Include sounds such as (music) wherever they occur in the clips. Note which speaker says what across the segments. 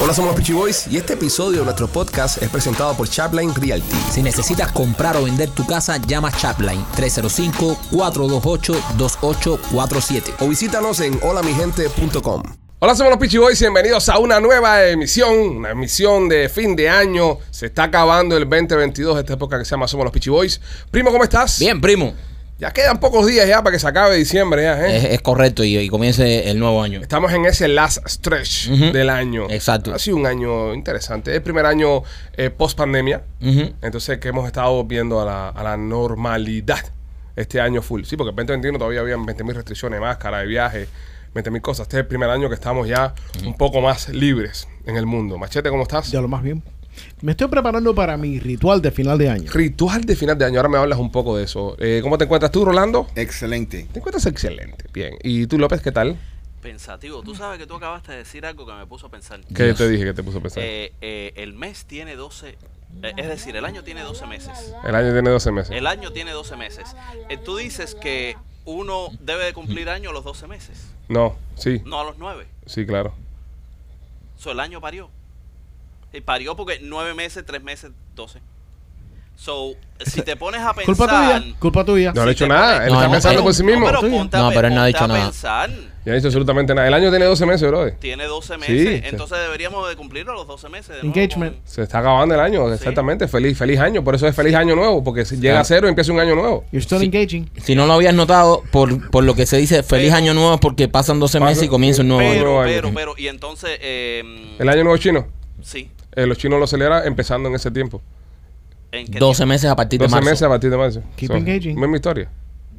Speaker 1: Hola, somos los Peachy Boys y este episodio de nuestro podcast es presentado por Chapline Realty.
Speaker 2: Si necesitas comprar o vender tu casa, llama Chapline 305-428-2847.
Speaker 1: O visítanos en holamigente.com. Hola, somos los Peachy Boys. Bienvenidos a una nueva emisión, una emisión de fin de año. Se está acabando el 2022, esta época que se llama Somos los Peachy Boys. Primo, ¿cómo estás?
Speaker 2: Bien, primo.
Speaker 1: Ya quedan pocos días ya para que se acabe diciembre ya, ¿eh?
Speaker 2: Es, es correcto y, y comience el nuevo año.
Speaker 1: Estamos en ese last stretch
Speaker 2: Ujú.
Speaker 1: del año.
Speaker 2: Exacto.
Speaker 1: Ha sido un año interesante. Es el primer año eh, post pandemia.
Speaker 2: Ujú.
Speaker 1: Entonces, que hemos estado viendo a la, a la normalidad este año full. Sí, porque en 2021 todavía habían 20.000 restricciones, máscara de viaje, 20.000 cosas. Este es el primer año que estamos ya un poco más libres en el mundo. Machete, ¿cómo estás?
Speaker 3: Ya lo más bien. Me estoy preparando para mi ritual de final de año.
Speaker 1: Ritual de final de año. Ahora me hablas un poco de eso. Eh, ¿Cómo te encuentras tú, Rolando?
Speaker 4: Excelente.
Speaker 1: Te encuentras excelente. Bien. ¿Y tú, López, qué tal?
Speaker 5: Pensativo. Tú sabes que tú acabaste de decir algo que me puso a pensar.
Speaker 1: ¿Qué
Speaker 2: Dios.
Speaker 1: te dije que te puso a pensar?
Speaker 5: Eh, eh, el mes tiene 12. eh, es decir, el año tiene 12 meses.
Speaker 1: el año tiene 12 meses.
Speaker 5: El año tiene 12 meses. Eh, tú dices que uno debe de cumplir año a los 12 meses,
Speaker 1: No, sí,
Speaker 5: no a los 9.
Speaker 1: sí, claro.
Speaker 5: So, el año parió. Y parió porque 9 meses, 3 meses, 12. So, si te pones a pensar.
Speaker 3: Culpa tuya, culpa tuya.
Speaker 1: No le
Speaker 5: si
Speaker 1: he
Speaker 5: te
Speaker 1: hecho nada, él
Speaker 5: pones-
Speaker 2: está pensando por
Speaker 1: sí mismo.
Speaker 5: No, pero, ponte a
Speaker 2: No,
Speaker 5: pe-
Speaker 2: pero él no ha
Speaker 5: ponte
Speaker 2: dicho
Speaker 5: a
Speaker 2: nada.
Speaker 5: pensar.
Speaker 1: Ya
Speaker 5: Eh,
Speaker 1: no hizo absolutamente nada. El año tiene 12 meses, brother.
Speaker 5: Tiene 12
Speaker 1: Sí,
Speaker 5: meses,
Speaker 1: sí.
Speaker 5: entonces deberíamos de cumplirlo a los 12 meses. de nuevo
Speaker 3: Engagement.
Speaker 5: con-
Speaker 1: Se está acabando el año, exactamente. Feliz, feliz año. Por eso es feliz año nuevo, porque si llega a cero y empieza un año nuevo.
Speaker 3: You're still
Speaker 2: Sí.
Speaker 3: engaging.
Speaker 2: Si no lo habías notado, por, por lo que se dice, feliz
Speaker 5: Pero-
Speaker 2: año nuevo es porque pasan 12
Speaker 1: Eh. Pasan-
Speaker 2: meses y comienza un nuevo año.
Speaker 1: nuevo
Speaker 5: Pero,
Speaker 1: año.
Speaker 5: pero, pero, y entonces, eh,
Speaker 1: El año nuevo chino,
Speaker 5: sí,
Speaker 1: eh, los chinos lo celebran empezando en ese tiempo.
Speaker 5: ¿en qué
Speaker 2: 12
Speaker 5: tiempo?
Speaker 2: meses a partir de
Speaker 1: 12
Speaker 2: marzo.
Speaker 1: meses a partir de marzo.
Speaker 3: Keep engaging.
Speaker 1: Misma historia.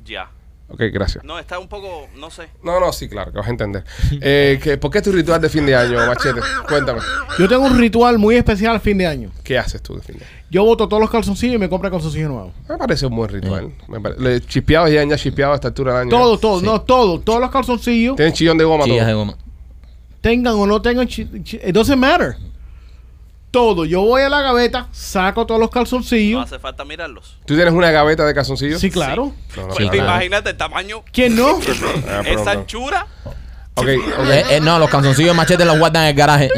Speaker 5: Ya.
Speaker 1: Ok, gracias.
Speaker 5: No, está un poco, no sé.
Speaker 1: No, no, sí, claro, que vas a
Speaker 2: (laughs)
Speaker 1: entender. Eh, que- ¿Por qué tu ritual de fin de año, Machete? Cuéntame.
Speaker 3: Yo tengo un ritual muy especial al fin de año.
Speaker 1: ¿Qué haces tú de fin de año?
Speaker 3: Yo boto todos los calzoncillos y me compro calzoncillos nuevos.
Speaker 1: Me parece un buen ritual.
Speaker 2: Mm.
Speaker 1: Me pare- le- Chispeados ya, ya chispeados a esta altura del año.
Speaker 3: Todos, todos, no, todos, todos los calzoncillos,
Speaker 1: Tienen chillón de goma
Speaker 2: Chillas de
Speaker 1: todo.
Speaker 2: goma.
Speaker 3: tengan o no tengan, chi- chi- it doesn't matter. Todo, yo voy a la gaveta, saco todos los
Speaker 5: No
Speaker 3: calzoncillos.
Speaker 5: hace falta mirarlos.
Speaker 1: ¿Tú tienes una gaveta de calzoncillos?
Speaker 3: Sí, claro.
Speaker 1: No, no,
Speaker 5: Pues,
Speaker 1: no.
Speaker 2: claro.
Speaker 5: Imagínate el tamaño,
Speaker 1: (laughs)
Speaker 3: ¿Quién no?
Speaker 1: Ah, pero
Speaker 5: (laughs) esa
Speaker 1: no.
Speaker 5: anchura.
Speaker 1: Ok, ok.
Speaker 2: Eh, eh, no, los canzoncillos de machete los guardan en
Speaker 1: (laughs)
Speaker 2: el garaje.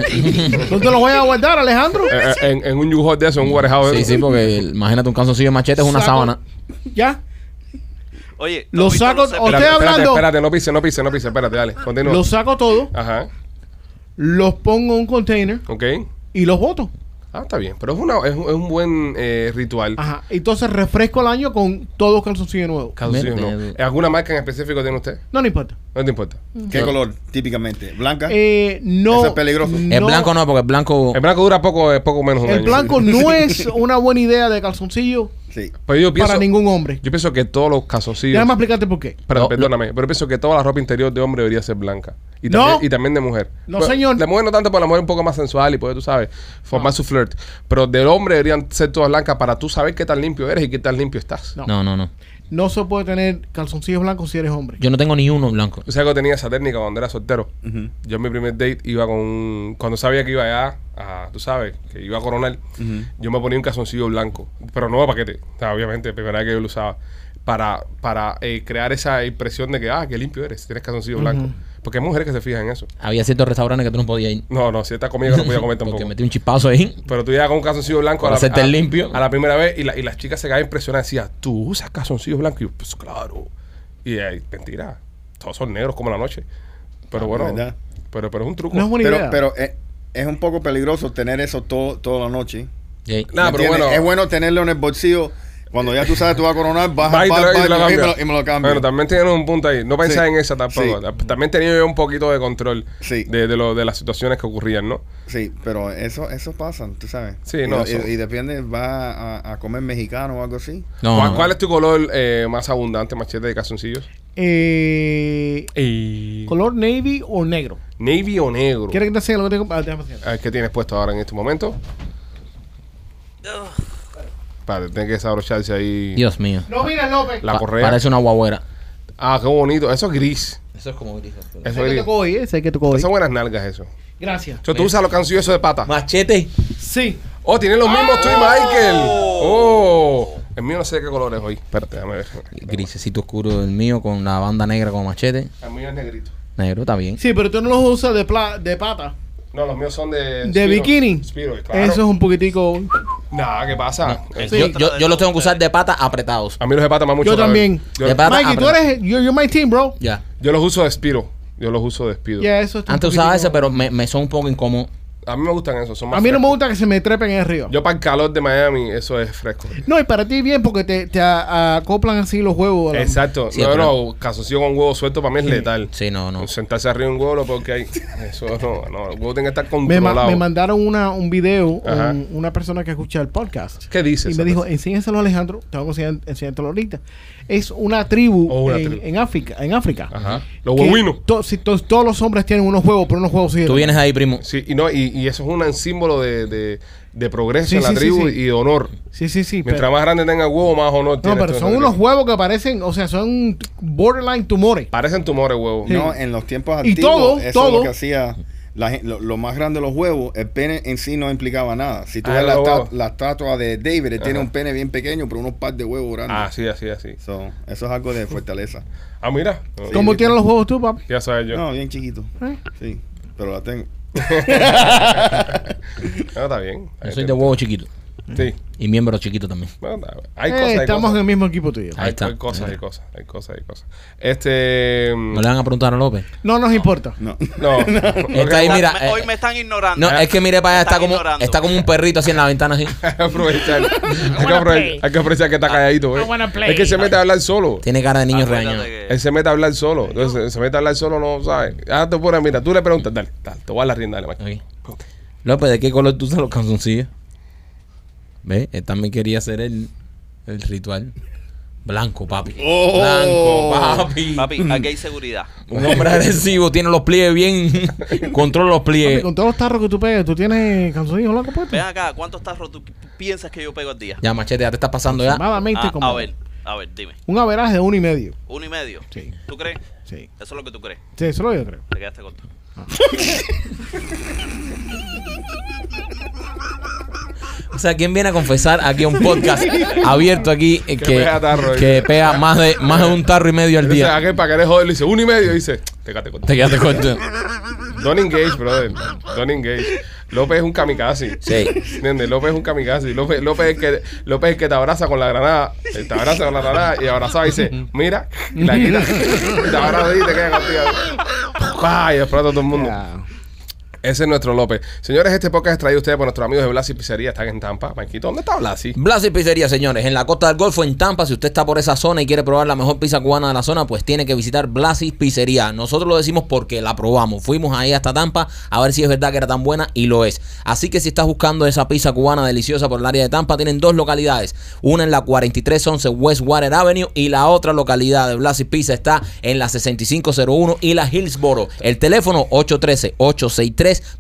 Speaker 3: ¿Dónde los voy a guardar, Alejandro?
Speaker 1: Eh, eh, en, en un yujo de eso, un guarejado de
Speaker 2: sí,
Speaker 1: eso.
Speaker 2: sí, porque imagínate un canzoncillo de machete es una
Speaker 3: Saco-
Speaker 2: sábana.
Speaker 3: Ya.
Speaker 5: Oye, ¿tú
Speaker 3: Lo
Speaker 5: has visto
Speaker 3: saco-
Speaker 5: los sepia-
Speaker 3: Estoy
Speaker 1: espérate,
Speaker 3: hablando.
Speaker 1: Espérate, no pise, no pise, no pise. Espérate, dale. Continúa.
Speaker 3: Los saco todos,
Speaker 1: Ajá.
Speaker 3: los pongo en un container
Speaker 1: Ok.
Speaker 3: y los boto.
Speaker 1: Ah, está bien. Pero es, una, es, un- es un buen eh, ritual.
Speaker 3: Ajá. Entonces refresco el año con todos los calzoncillos nuevos.
Speaker 1: Calzoncillos,
Speaker 2: Vete.
Speaker 1: no. ¿Alguna marca en específico tiene usted?
Speaker 3: No, no importa.
Speaker 1: No te importa.
Speaker 4: ¿Qué color típicamente? ¿Blanca?
Speaker 3: Eh, no.
Speaker 4: Eso es peligroso.
Speaker 2: El blanco no, porque el blanco.
Speaker 1: El blanco dura poco, eh, poco menos un
Speaker 3: El
Speaker 1: año.
Speaker 3: blanco no es una buena idea de calzoncillo
Speaker 4: Sí.
Speaker 1: Pero yo pienso,
Speaker 3: para ningún hombre.
Speaker 1: yo pienso que todos los calzoncillos.
Speaker 3: Déjame explicarte por qué.
Speaker 1: Perdón,
Speaker 2: No,
Speaker 1: perdóname, pero pienso que toda la ropa interior de hombre debería ser blanca. Y
Speaker 3: No.
Speaker 1: también, y también de mujer.
Speaker 3: No,
Speaker 1: Pero
Speaker 3: señor.
Speaker 1: De mujer no tanto, porque la mujer es un poco más sensual y puede, tú sabes, formar su flirt. Pero del hombre deberían ser todas blancas para tú saber qué tan limpio eres y qué tan limpio estás.
Speaker 3: No.
Speaker 2: No, no, no.
Speaker 3: No se puede tener calzoncillos blancos si eres hombre.
Speaker 2: Yo no tengo ni uno blanco.
Speaker 1: Tú sabes que yo tenía esa técnica cuando era soltero. Yo en mi primer date iba con un- Cuando sabía que iba allá, a- tú sabes, que iba a coronar, yo me ponía un calzoncillo blanco. Pero no de paquete. O sea, obviamente, primera vez que yo lo usaba. Para, para eh, crear esa impresión de que, ah, qué limpio eres, tienes calzoncillo blanco. Porque hay mujeres que se fijan en eso.
Speaker 2: Había ciertos restaurantes que tú no podías ir.
Speaker 1: No, no, cierta comida que no
Speaker 2: (laughs)
Speaker 1: podía comer tampoco.
Speaker 2: Porque metí un chispazo ahí.
Speaker 1: Pero tú llegas con un calzoncillo blanco
Speaker 2: Para hacerte el limpio.
Speaker 1: a la primera vez y, la- y las chicas se caen impresionadas. Decían, ¿tú usas calzoncillo blanco? Y yo, pues claro. Y eh, mentira, todos son negros como la noche. Pero
Speaker 4: Ah,
Speaker 1: bueno,
Speaker 4: ¿verdad?
Speaker 1: pero, pero es un truco.
Speaker 3: No es buena
Speaker 4: Pero,
Speaker 3: idea.
Speaker 4: pero eh, es un poco peligroso tener eso todo, toda la noche.
Speaker 2: Sí.
Speaker 1: Nah,
Speaker 4: ¿Me
Speaker 1: Ah, pero
Speaker 4: entiendes?
Speaker 1: bueno.
Speaker 4: Es bueno tenerlo en el bolsillo. Cuando ya tú sabes, tú vas a coronar, vas
Speaker 1: Va
Speaker 4: al
Speaker 1: y, te
Speaker 4: bar,
Speaker 1: lo, y
Speaker 4: vas
Speaker 1: te lo
Speaker 4: y, me
Speaker 1: cambia.
Speaker 4: lo- y me lo cambio.
Speaker 1: Bueno, también tienes un punto ahí. No pensás
Speaker 4: Sí.
Speaker 1: en esa tampoco.
Speaker 4: Sí.
Speaker 1: También tenía yo un poquito de control
Speaker 4: Sí.
Speaker 1: de, de lo- de las situaciones que ocurrían, ¿no?
Speaker 4: Sí, pero eso, eso pasa, tú sabes.
Speaker 1: Sí, no,
Speaker 4: Y,
Speaker 1: eso-
Speaker 4: y- y depende, va a, a comer mexicano o algo así.
Speaker 2: No,
Speaker 1: ¿Cuál,
Speaker 2: no.
Speaker 1: cuál es tu color eh, más abundante, machete de calzoncillos?
Speaker 3: Eh, color navy o negro.
Speaker 1: Navy o negro.
Speaker 3: ¿Quieres que te sea lo que tengo? Ah, déjame hacer.
Speaker 1: A ver, ¿Qué tienes puesto ahora en este momento? Espérate, tienes que desabrocharse ahí
Speaker 2: Dios mío.
Speaker 3: No mires, López.
Speaker 1: la
Speaker 2: Pa-
Speaker 1: correa.
Speaker 2: Parece una guagüera.
Speaker 1: Ah, qué bonito. Eso es gris.
Speaker 2: Eso es como gris.
Speaker 1: Eso
Speaker 3: Sé
Speaker 1: es
Speaker 3: que
Speaker 1: gris.
Speaker 3: tocó hoy, eh, sé que tocó hoy.
Speaker 1: Esas buenas nalgas, eso.
Speaker 3: Gracias.
Speaker 1: O sea, tú usas los cancillos esos de pata.
Speaker 2: Machete.
Speaker 3: Sí.
Speaker 1: Oh, tienen los mismos tú y Michael. Oh. El mío no sé qué color es hoy. Espérate, déjame ver.
Speaker 2: Grisecito oscuro el mío con la banda negra como machete.
Speaker 1: El mío es negrito.
Speaker 2: Negro, está bien.
Speaker 3: Sí, pero tú no los usas de, pla- de pata.
Speaker 1: No, los míos son
Speaker 4: Eh,
Speaker 1: de.
Speaker 3: ¿De bikini?
Speaker 1: Speedo, claro.
Speaker 3: Eso es un poquitico.
Speaker 1: Nada, ¿qué pasa? Eh,
Speaker 5: No.
Speaker 2: Yo, yo- yo los tengo que usar de pata apretados.
Speaker 1: A mí los de pata me mucho.
Speaker 3: Yo
Speaker 1: la-
Speaker 3: también.
Speaker 1: Yo,
Speaker 2: De pata.
Speaker 3: Mikey, tú
Speaker 2: aprende.
Speaker 3: eres. You're, you're my team, bro.
Speaker 2: Ya.
Speaker 1: yo los uso de Spiro. Yo los uso de Speedo.
Speaker 3: Ya, eso está un
Speaker 2: Antes usaba
Speaker 3: poquitico-
Speaker 2: ese, pero me, me son un poco incómodos.
Speaker 1: A mí me gustan esos. Son más
Speaker 3: A mí no me
Speaker 1: frescos.
Speaker 3: gusta que se me trepen ahí arriba.
Speaker 1: Yo para el calor de Miami, eso es fresco.
Speaker 3: No, y para ti bien, porque te, te a- acoplan así los huevos. a la-
Speaker 1: Exacto.
Speaker 2: Sí,
Speaker 1: no,
Speaker 2: pero-
Speaker 1: no, calzoncillo con huevo suelto para mí es letal.
Speaker 2: Sí, no, no.
Speaker 1: Sentarse arriba de un huevo, lo peor que
Speaker 3: (laughs)
Speaker 1: hay. Eso no, no. El huevo tiene que estar
Speaker 3: Me, ma-
Speaker 1: controlado.
Speaker 3: me mandaron una, un video
Speaker 1: Ajá.
Speaker 3: con una persona que escucha el podcast.
Speaker 1: ¿Qué dice
Speaker 3: Y
Speaker 1: esa
Speaker 3: me dijo,
Speaker 1: persona?
Speaker 3: enséñaselo a Alejandro, te voy a enseñar- enseñártelo ahorita. Es una tribu,
Speaker 1: Oh, una
Speaker 3: en,
Speaker 1: tribu.
Speaker 3: en África. En África
Speaker 1: Ajá. Los
Speaker 3: que
Speaker 1: huevinos.
Speaker 3: to- si to- todos los hombres tienen unos huevos, pero unos huevos sí.
Speaker 2: Tú vienes ahí, primo.
Speaker 1: Sí, y, no, y, y eso es un símbolo de, de, de progreso
Speaker 3: Sí,
Speaker 1: en la
Speaker 3: sí, sí,
Speaker 1: tribu
Speaker 3: sí.
Speaker 1: y de honor.
Speaker 3: Sí, sí, sí.
Speaker 1: Mientras
Speaker 3: Pero,
Speaker 1: más grande tenga el huevo, más honor
Speaker 3: no,
Speaker 1: tiene. este
Speaker 3: pero
Speaker 1: Esto
Speaker 3: son
Speaker 1: es-
Speaker 3: unos huevos que parecen, o sea, son borderline tumores.
Speaker 1: Parecen tumores, huevo.
Speaker 3: Sí.
Speaker 1: No,
Speaker 4: No, en los tiempos
Speaker 3: Y
Speaker 4: antiguos,
Speaker 3: todo,
Speaker 4: eso es
Speaker 3: todo.
Speaker 4: lo que hacía la gen- lo, lo más grande de los huevos, el pene en sí no implicaba nada. Si tú
Speaker 1: Ah,
Speaker 4: ves la,
Speaker 1: los
Speaker 4: esta-
Speaker 1: huevos.
Speaker 4: la estatua de David, él tiene
Speaker 1: Ajá.
Speaker 4: un pene bien pequeño, pero unos par de huevos grandes.
Speaker 1: Ah, sí, así, así.
Speaker 4: So, eso es algo de fortaleza.
Speaker 1: Ah, mira.
Speaker 3: ¿Cómo
Speaker 4: sí,
Speaker 3: tienen
Speaker 4: sí.
Speaker 3: los huevos tú, papi?
Speaker 1: Ya sabes yo.
Speaker 4: No, bien chiquito.
Speaker 3: ¿Eh?
Speaker 4: Sí, pero la tengo.
Speaker 1: Ah, está bien.
Speaker 2: Yo soy de huevo chiquito.
Speaker 1: Sí.
Speaker 2: Y miembro chiquito también.
Speaker 1: Bueno, está- hay
Speaker 3: Eh,
Speaker 1: cosas, hay
Speaker 3: estamos
Speaker 1: cosas.
Speaker 3: en el mismo equipo tuyo.
Speaker 2: Ah. Ahí
Speaker 1: Hay,
Speaker 2: está.
Speaker 1: hay cosas,
Speaker 2: Ahí
Speaker 1: hay
Speaker 2: está.
Speaker 1: cosas, hay cosas, hay cosas. Este.
Speaker 2: No le van a preguntar a López.
Speaker 3: No nos importa.
Speaker 5: Eh,
Speaker 4: No.
Speaker 3: (laughs)
Speaker 1: No.
Speaker 2: Está ahí, mira.
Speaker 5: Me-
Speaker 2: eh,
Speaker 5: hoy me están ignorando.
Speaker 2: no, es que mire para allá, está
Speaker 5: Están
Speaker 2: como,
Speaker 5: ignorando.
Speaker 2: está como un perrito así en la ventana así.
Speaker 1: hay que aprovechar. Hay que aprovechar, hay que aprovechar que está calladito, güey. Es que se mete a hablar solo.
Speaker 2: Tiene cara de niño regañado.
Speaker 5: Acuérdate que-
Speaker 1: Él se mete a hablar solo. Entonces, se mete a hablar solo, no sabe. Ah, te pones, mira, tú le preguntas, dale, dale, te voy a la rienda, dale, Mike.
Speaker 2: Aquí. López, ¿de qué color tú usas los calzoncillos? ¿Ves? Él también quería hacer el, el ritual. Blanco, papi.
Speaker 4: Oh.
Speaker 2: Blanco, papi. (laughs)
Speaker 5: Papi, aquí hay seguridad.
Speaker 2: Un hombre agresivo, tiene los pliegues bien. controla los
Speaker 3: Papi,
Speaker 2: pliegues.
Speaker 3: con todos los tarros que tú pegas, ¿tú tienes calzoncillos locos puestos?
Speaker 5: Ven acá, ¿cuántos tarros tú piensas que yo pego al día?
Speaker 2: Ya, machete, ya te estás pasando ya.
Speaker 3: Aproximadamente
Speaker 5: Ah,
Speaker 3: como
Speaker 5: a ver, a ver, dime.
Speaker 3: un averaje de uno y medio.
Speaker 5: ¿Uno y medio?
Speaker 3: Sí.
Speaker 5: ¿Tú crees?
Speaker 3: Sí.
Speaker 5: Eso es lo que tú crees.
Speaker 3: Sí, eso es lo que yo creo.
Speaker 5: Te quedaste corto.
Speaker 2: O sea, ¿quién viene a confesar aquí a un podcast abierto aquí eh, que,
Speaker 1: pega tarro,
Speaker 2: que pega más de, más de un tarro y medio al
Speaker 1: Entonces,
Speaker 2: día?
Speaker 1: aquel para querer joderlo dice, uno y medio, dice, te cate
Speaker 2: Te quedaste corto.
Speaker 1: Don't engage, brother. Don't engage. López es un kamikaze.
Speaker 2: Sí.
Speaker 1: ¿Entiendes? López es un kamikaze. López, López, es el que, López es el que te abraza con la granada. Él Te abraza con la granada y abrazaba y dice, mira, y la
Speaker 2: (laughs)
Speaker 1: quita. Y te abraza y te queda contigo. Pa, Y explota todo el mundo.
Speaker 3: Ya.
Speaker 1: Ese es nuestro López. Señores, este podcast es traído a ustedes por nuestros amigos de Blasi Pizzería. Están en Tampa. Maquito, ¿dónde está Blasi?
Speaker 2: Blas y Pizzería, señores, en la costa del Golfo, en Tampa, si usted está por esa zona y quiere probar la mejor pizza cubana de la zona, pues tiene que visitar Blas y Pizzería. Nosotros lo decimos porque la probamos. Fuimos ahí hasta Tampa a ver si es verdad que era tan buena y lo es. Así que si estás buscando esa pizza cubana deliciosa por el área de Tampa, tienen dos localidades. Una en la 4311 West Water Avenue y la otra localidad de Blas y Pizza está en la 6501 y la Hillsboro. El teléfono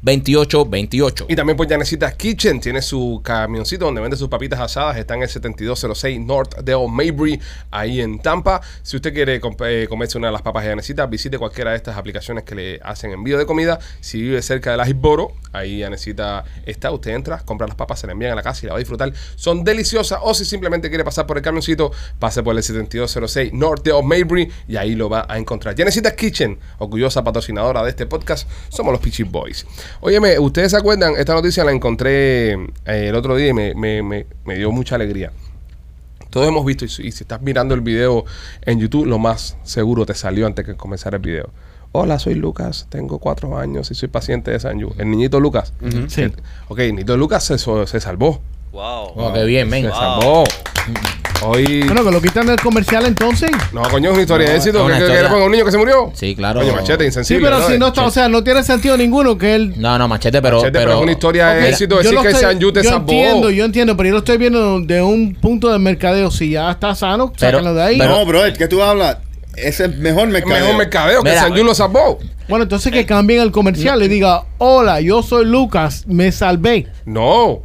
Speaker 2: 813-863-2828.
Speaker 1: Y también por Yanecita Kitchen tiene su camioncito donde vende sus papitas asadas. Está en el 7206 North de Old Maybury, ahí en Tampa. Si usted quiere comp- eh, comerse una de las papas de Yanecita, visite cualquiera de estas aplicaciones que le hacen envío de comida. Si vive cerca de la Hillsboro, ahí Yanecita está. Usted entra, compra las papas, se las envían a la casa y la va a disfrutar. Son deliciosas. O si simplemente quiere pasar por el camioncito, pase por el 7206 North de Old Maybury y ahí lo va a encontrar. Yanecita Kitchen, orgullosa patrocinadora de este podcast, somos los Peachy Boys. Óyeme, ¿ustedes se acuerdan? Esta noticia la encontré eh, el otro día y me, me- me- me dio mucha alegría. Todos hemos visto, y si, y si estás mirando el video en YouTube, lo más seguro te salió antes que comenzara el video. Hola, soy Lucas, tengo cuatro años y soy paciente de San Yu. El niñito Lucas.
Speaker 3: Sí.
Speaker 1: Ok, el niñito Lucas se, so- se salvó.
Speaker 5: Wow.
Speaker 2: Oh, qué bien, men.
Speaker 1: Se salvó. Hoy.
Speaker 3: Bueno, que lo quitan del comercial entonces.
Speaker 1: No, coño, es una historia de éxito.
Speaker 2: es
Speaker 1: ¿Qué
Speaker 2: una
Speaker 1: que,
Speaker 2: historia.
Speaker 1: le ponga a un niño que se murió?
Speaker 2: Sí, claro.
Speaker 1: Coño, machete,
Speaker 3: Sí,
Speaker 1: insensible.
Speaker 3: pero
Speaker 1: brother.
Speaker 3: si no está, o sea, no tiene sentido ninguno que él
Speaker 2: No, no, machete, pero.
Speaker 1: Machete, pero es una historia de
Speaker 2: Mira,
Speaker 1: éxito decir
Speaker 3: lo
Speaker 1: que
Speaker 3: estoy-
Speaker 1: San Yu te
Speaker 3: yo
Speaker 1: salvó.
Speaker 3: entiendo, yo entiendo, pero yo lo estoy viendo de un punto de mercadeo. Si ya está sano,
Speaker 2: Pero-
Speaker 3: sácalo de ahí.
Speaker 2: pero-
Speaker 4: (laughs) no, bro, ¿qué tú hablas? Es el mejor mercado.
Speaker 1: Mejor mercadeo que
Speaker 2: Mira.
Speaker 1: San Yu lo salvó.
Speaker 3: bueno, entonces
Speaker 5: eh,
Speaker 3: que cambien el comercial y diga, hola, yo soy Lucas, me salvé.
Speaker 1: No.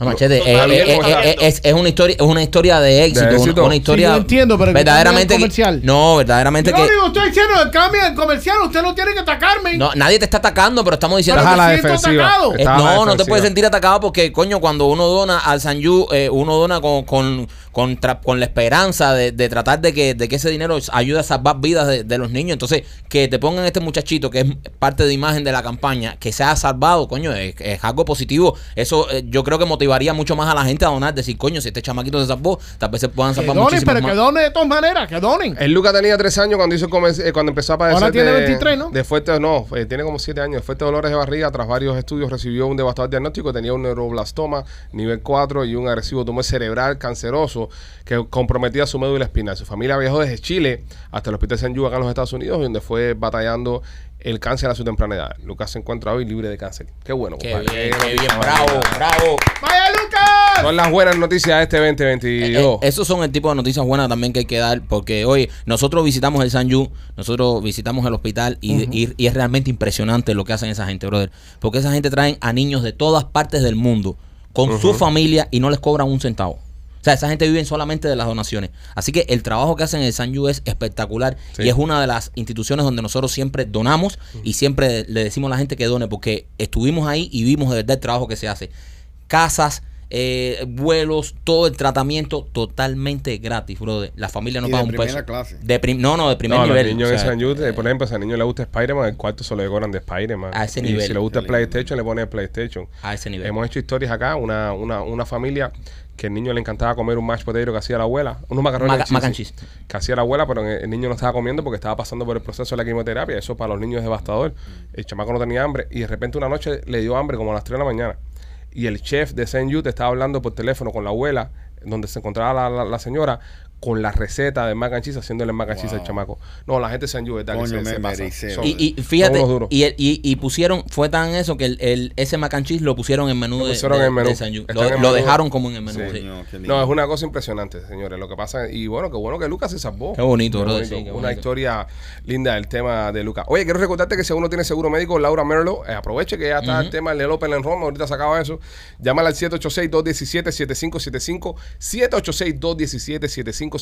Speaker 2: No, machete,
Speaker 5: No,
Speaker 2: eh,
Speaker 5: está
Speaker 2: eh,
Speaker 5: bien,
Speaker 2: eh,
Speaker 5: está
Speaker 2: eh,
Speaker 5: bien.
Speaker 2: es, es una historia, es una historia de éxito,
Speaker 1: De
Speaker 2: una-
Speaker 1: éxito.
Speaker 2: Una, historia.
Speaker 3: Sí, yo entiendo, pero que
Speaker 2: verdaderamente.
Speaker 3: cambie el comercial.
Speaker 2: no, verdaderamente
Speaker 3: Yo
Speaker 2: que.
Speaker 3: digo, estoy diciendo, cambien el comercial, usted no tiene que atacarme.
Speaker 2: No, nadie te está atacando, pero estamos diciendo.
Speaker 3: Pero
Speaker 1: Estás a la
Speaker 3: me siento
Speaker 1: defensiva.
Speaker 3: atacado.
Speaker 2: Eh,
Speaker 1: Estás a la
Speaker 2: no, no te
Speaker 1: defensiva.
Speaker 2: puedes sentir atacado porque, coño, cuando uno dona al San Yu, eh, uno dona con, con, con, tra- con la esperanza de, de tratar de que, de que ese dinero ayude a salvar vidas de, de los niños. Entonces, que te pongan este muchachito que es parte de imagen de la campaña, que se ha salvado, coño, es, es algo positivo. Eso eh, yo creo que motivaría mucho más a la gente a donar, decir, coño, si este chamaquito se salvó, tal vez se puedan
Speaker 3: Que
Speaker 2: salvar
Speaker 3: donen,
Speaker 2: muchísimos
Speaker 3: pero
Speaker 2: más. Eh.
Speaker 3: que donen de todas maneras, que donen.
Speaker 1: El Luca tenía 3 años cuando hizo come- eh, cuando empezó a padecer
Speaker 3: Ahora tiene
Speaker 1: de,
Speaker 3: 23, ¿no?
Speaker 1: de fuerte no, eh, tiene como 7 años, de fuerte dolores de barriga, tras varios estudios recibió un devastador diagnóstico, tenía un neuroblastoma nivel 4 y un agresivo tumor cerebral canceroso que comprometía su médula espinal. Su familia viajó desde Chile hasta el Hospital San Juan acá en los Estados Unidos, donde fue batallando el cáncer a su temprana edad. Lucas se encuentra hoy libre de cáncer. Qué bueno,
Speaker 2: Qué bien,
Speaker 1: compadre.
Speaker 2: qué
Speaker 1: noticia
Speaker 2: bien,
Speaker 1: más
Speaker 2: bravo,
Speaker 1: buena.
Speaker 2: bravo.
Speaker 3: ¡Vaya Lucas!
Speaker 1: Son las buenas noticias de este 2022.
Speaker 2: Eh, eh, esos son el tipo de noticias buenas también que hay que dar, porque oye, nosotros visitamos el San Yu, nosotros visitamos el hospital y, y- y es realmente impresionante lo que hacen esa gente, brother. Porque esa gente traen a niños de todas partes del mundo con su familia y no les cobran un centavo. O sea, esa gente vive solamente de las donaciones. Así que el trabajo que hacen en el San Yu es espectacular
Speaker 1: Sí.
Speaker 2: y es una de las instituciones donde nosotros siempre donamos y siempre le decimos a la gente que done porque estuvimos ahí y vimos de verdad el trabajo que se hace casas, eh, vuelos, todo el tratamiento totalmente gratis, brother. La familia no
Speaker 4: Y de
Speaker 2: paga un
Speaker 4: primera
Speaker 2: peso.
Speaker 4: clase.
Speaker 2: De prim- no, no, de primer
Speaker 1: no,
Speaker 2: nivel.
Speaker 1: los niños
Speaker 2: o
Speaker 1: en
Speaker 2: sea, eh,
Speaker 1: San Jude, eh, por ejemplo, si al niño le gusta Spider-Man, el cuarto se lo decoran de Spider-Man.
Speaker 2: A ese
Speaker 1: Y
Speaker 2: nivel.
Speaker 1: si le gusta el
Speaker 4: Qué lindo.
Speaker 1: PlayStation, le pone el PlayStation.
Speaker 2: a ese nivel.
Speaker 1: Hemos hecho historias acá, una, una, una familia que el niño le encantaba comer un mashed potato que hacía la abuela, unos macarrones
Speaker 2: Maca-
Speaker 1: de
Speaker 2: mac and
Speaker 1: cheese,
Speaker 2: cheese.
Speaker 1: que hacía la abuela, pero el niño no estaba comiendo porque estaba pasando por el proceso de la quimioterapia, eso para los niños es devastador. El chamaco no tenía hambre y de repente una noche le dio hambre como a las 3 de la mañana y el chef de Saint Jude estaba hablando por teléfono con la abuela, donde se encontraba la, la- la señora con la receta de mac and cheese, haciéndole el mac and cheese al
Speaker 4: Wow.
Speaker 1: chamaco. No, la gente de Saint Jude, ¿verdad? que se,
Speaker 4: Coño, me
Speaker 1: se pasa.
Speaker 4: mericé,
Speaker 1: Son-
Speaker 4: brother.
Speaker 2: y, y fíjate,
Speaker 1: Son unos duros.
Speaker 2: y, el- y- y pusieron, fue tan eso que el, el- ese mac and cheese lo pusieron en menú
Speaker 1: Lo
Speaker 2: de,
Speaker 1: pusieron
Speaker 2: de-
Speaker 1: en menú.
Speaker 2: de San Yu.
Speaker 1: Está
Speaker 2: Lo,
Speaker 1: en el
Speaker 2: lo
Speaker 1: menú.
Speaker 2: dejaron como en el menú.
Speaker 1: Sí.
Speaker 2: sí.
Speaker 4: Coño, qué lindo.
Speaker 1: No, es una cosa impresionante, señores, lo que pasa. Y bueno, qué bueno que Lucas se salvó.
Speaker 2: Qué bonito,
Speaker 1: Qué
Speaker 2: brother,
Speaker 1: bonito.
Speaker 2: sí, qué
Speaker 1: Una
Speaker 2: bonito.
Speaker 1: historia linda del tema de Lucas. Oye, quiero recordarte que si uno tiene seguro médico, Laura Merlo, eh, aproveche que ya está el tema del Open en Roma, ahorita se acaba eso. Llámala al 786-217-7575, 786-217-7575,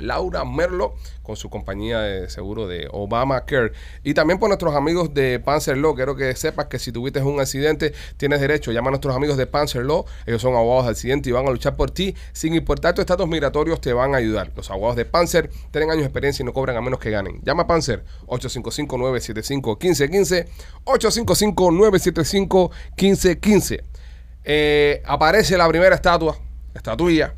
Speaker 1: Laura Merlo, con su compañía de seguro de Obamacare. Y también por nuestros amigos de Panzer Law, quiero que sepas que si tuviste un accidente, tienes derecho. Llama a nuestros amigos de Panzer Law, ellos son abogados de accidente y van a luchar por ti. Sin importar tu estatus migratorios, te van a ayudar. Los abogados de Panzer tienen años de experiencia y no cobran a menos que ganen. Llama a Panzer 855-975-1515, 855-975-1515. Eh, aparece la primera estatua, estatuilla,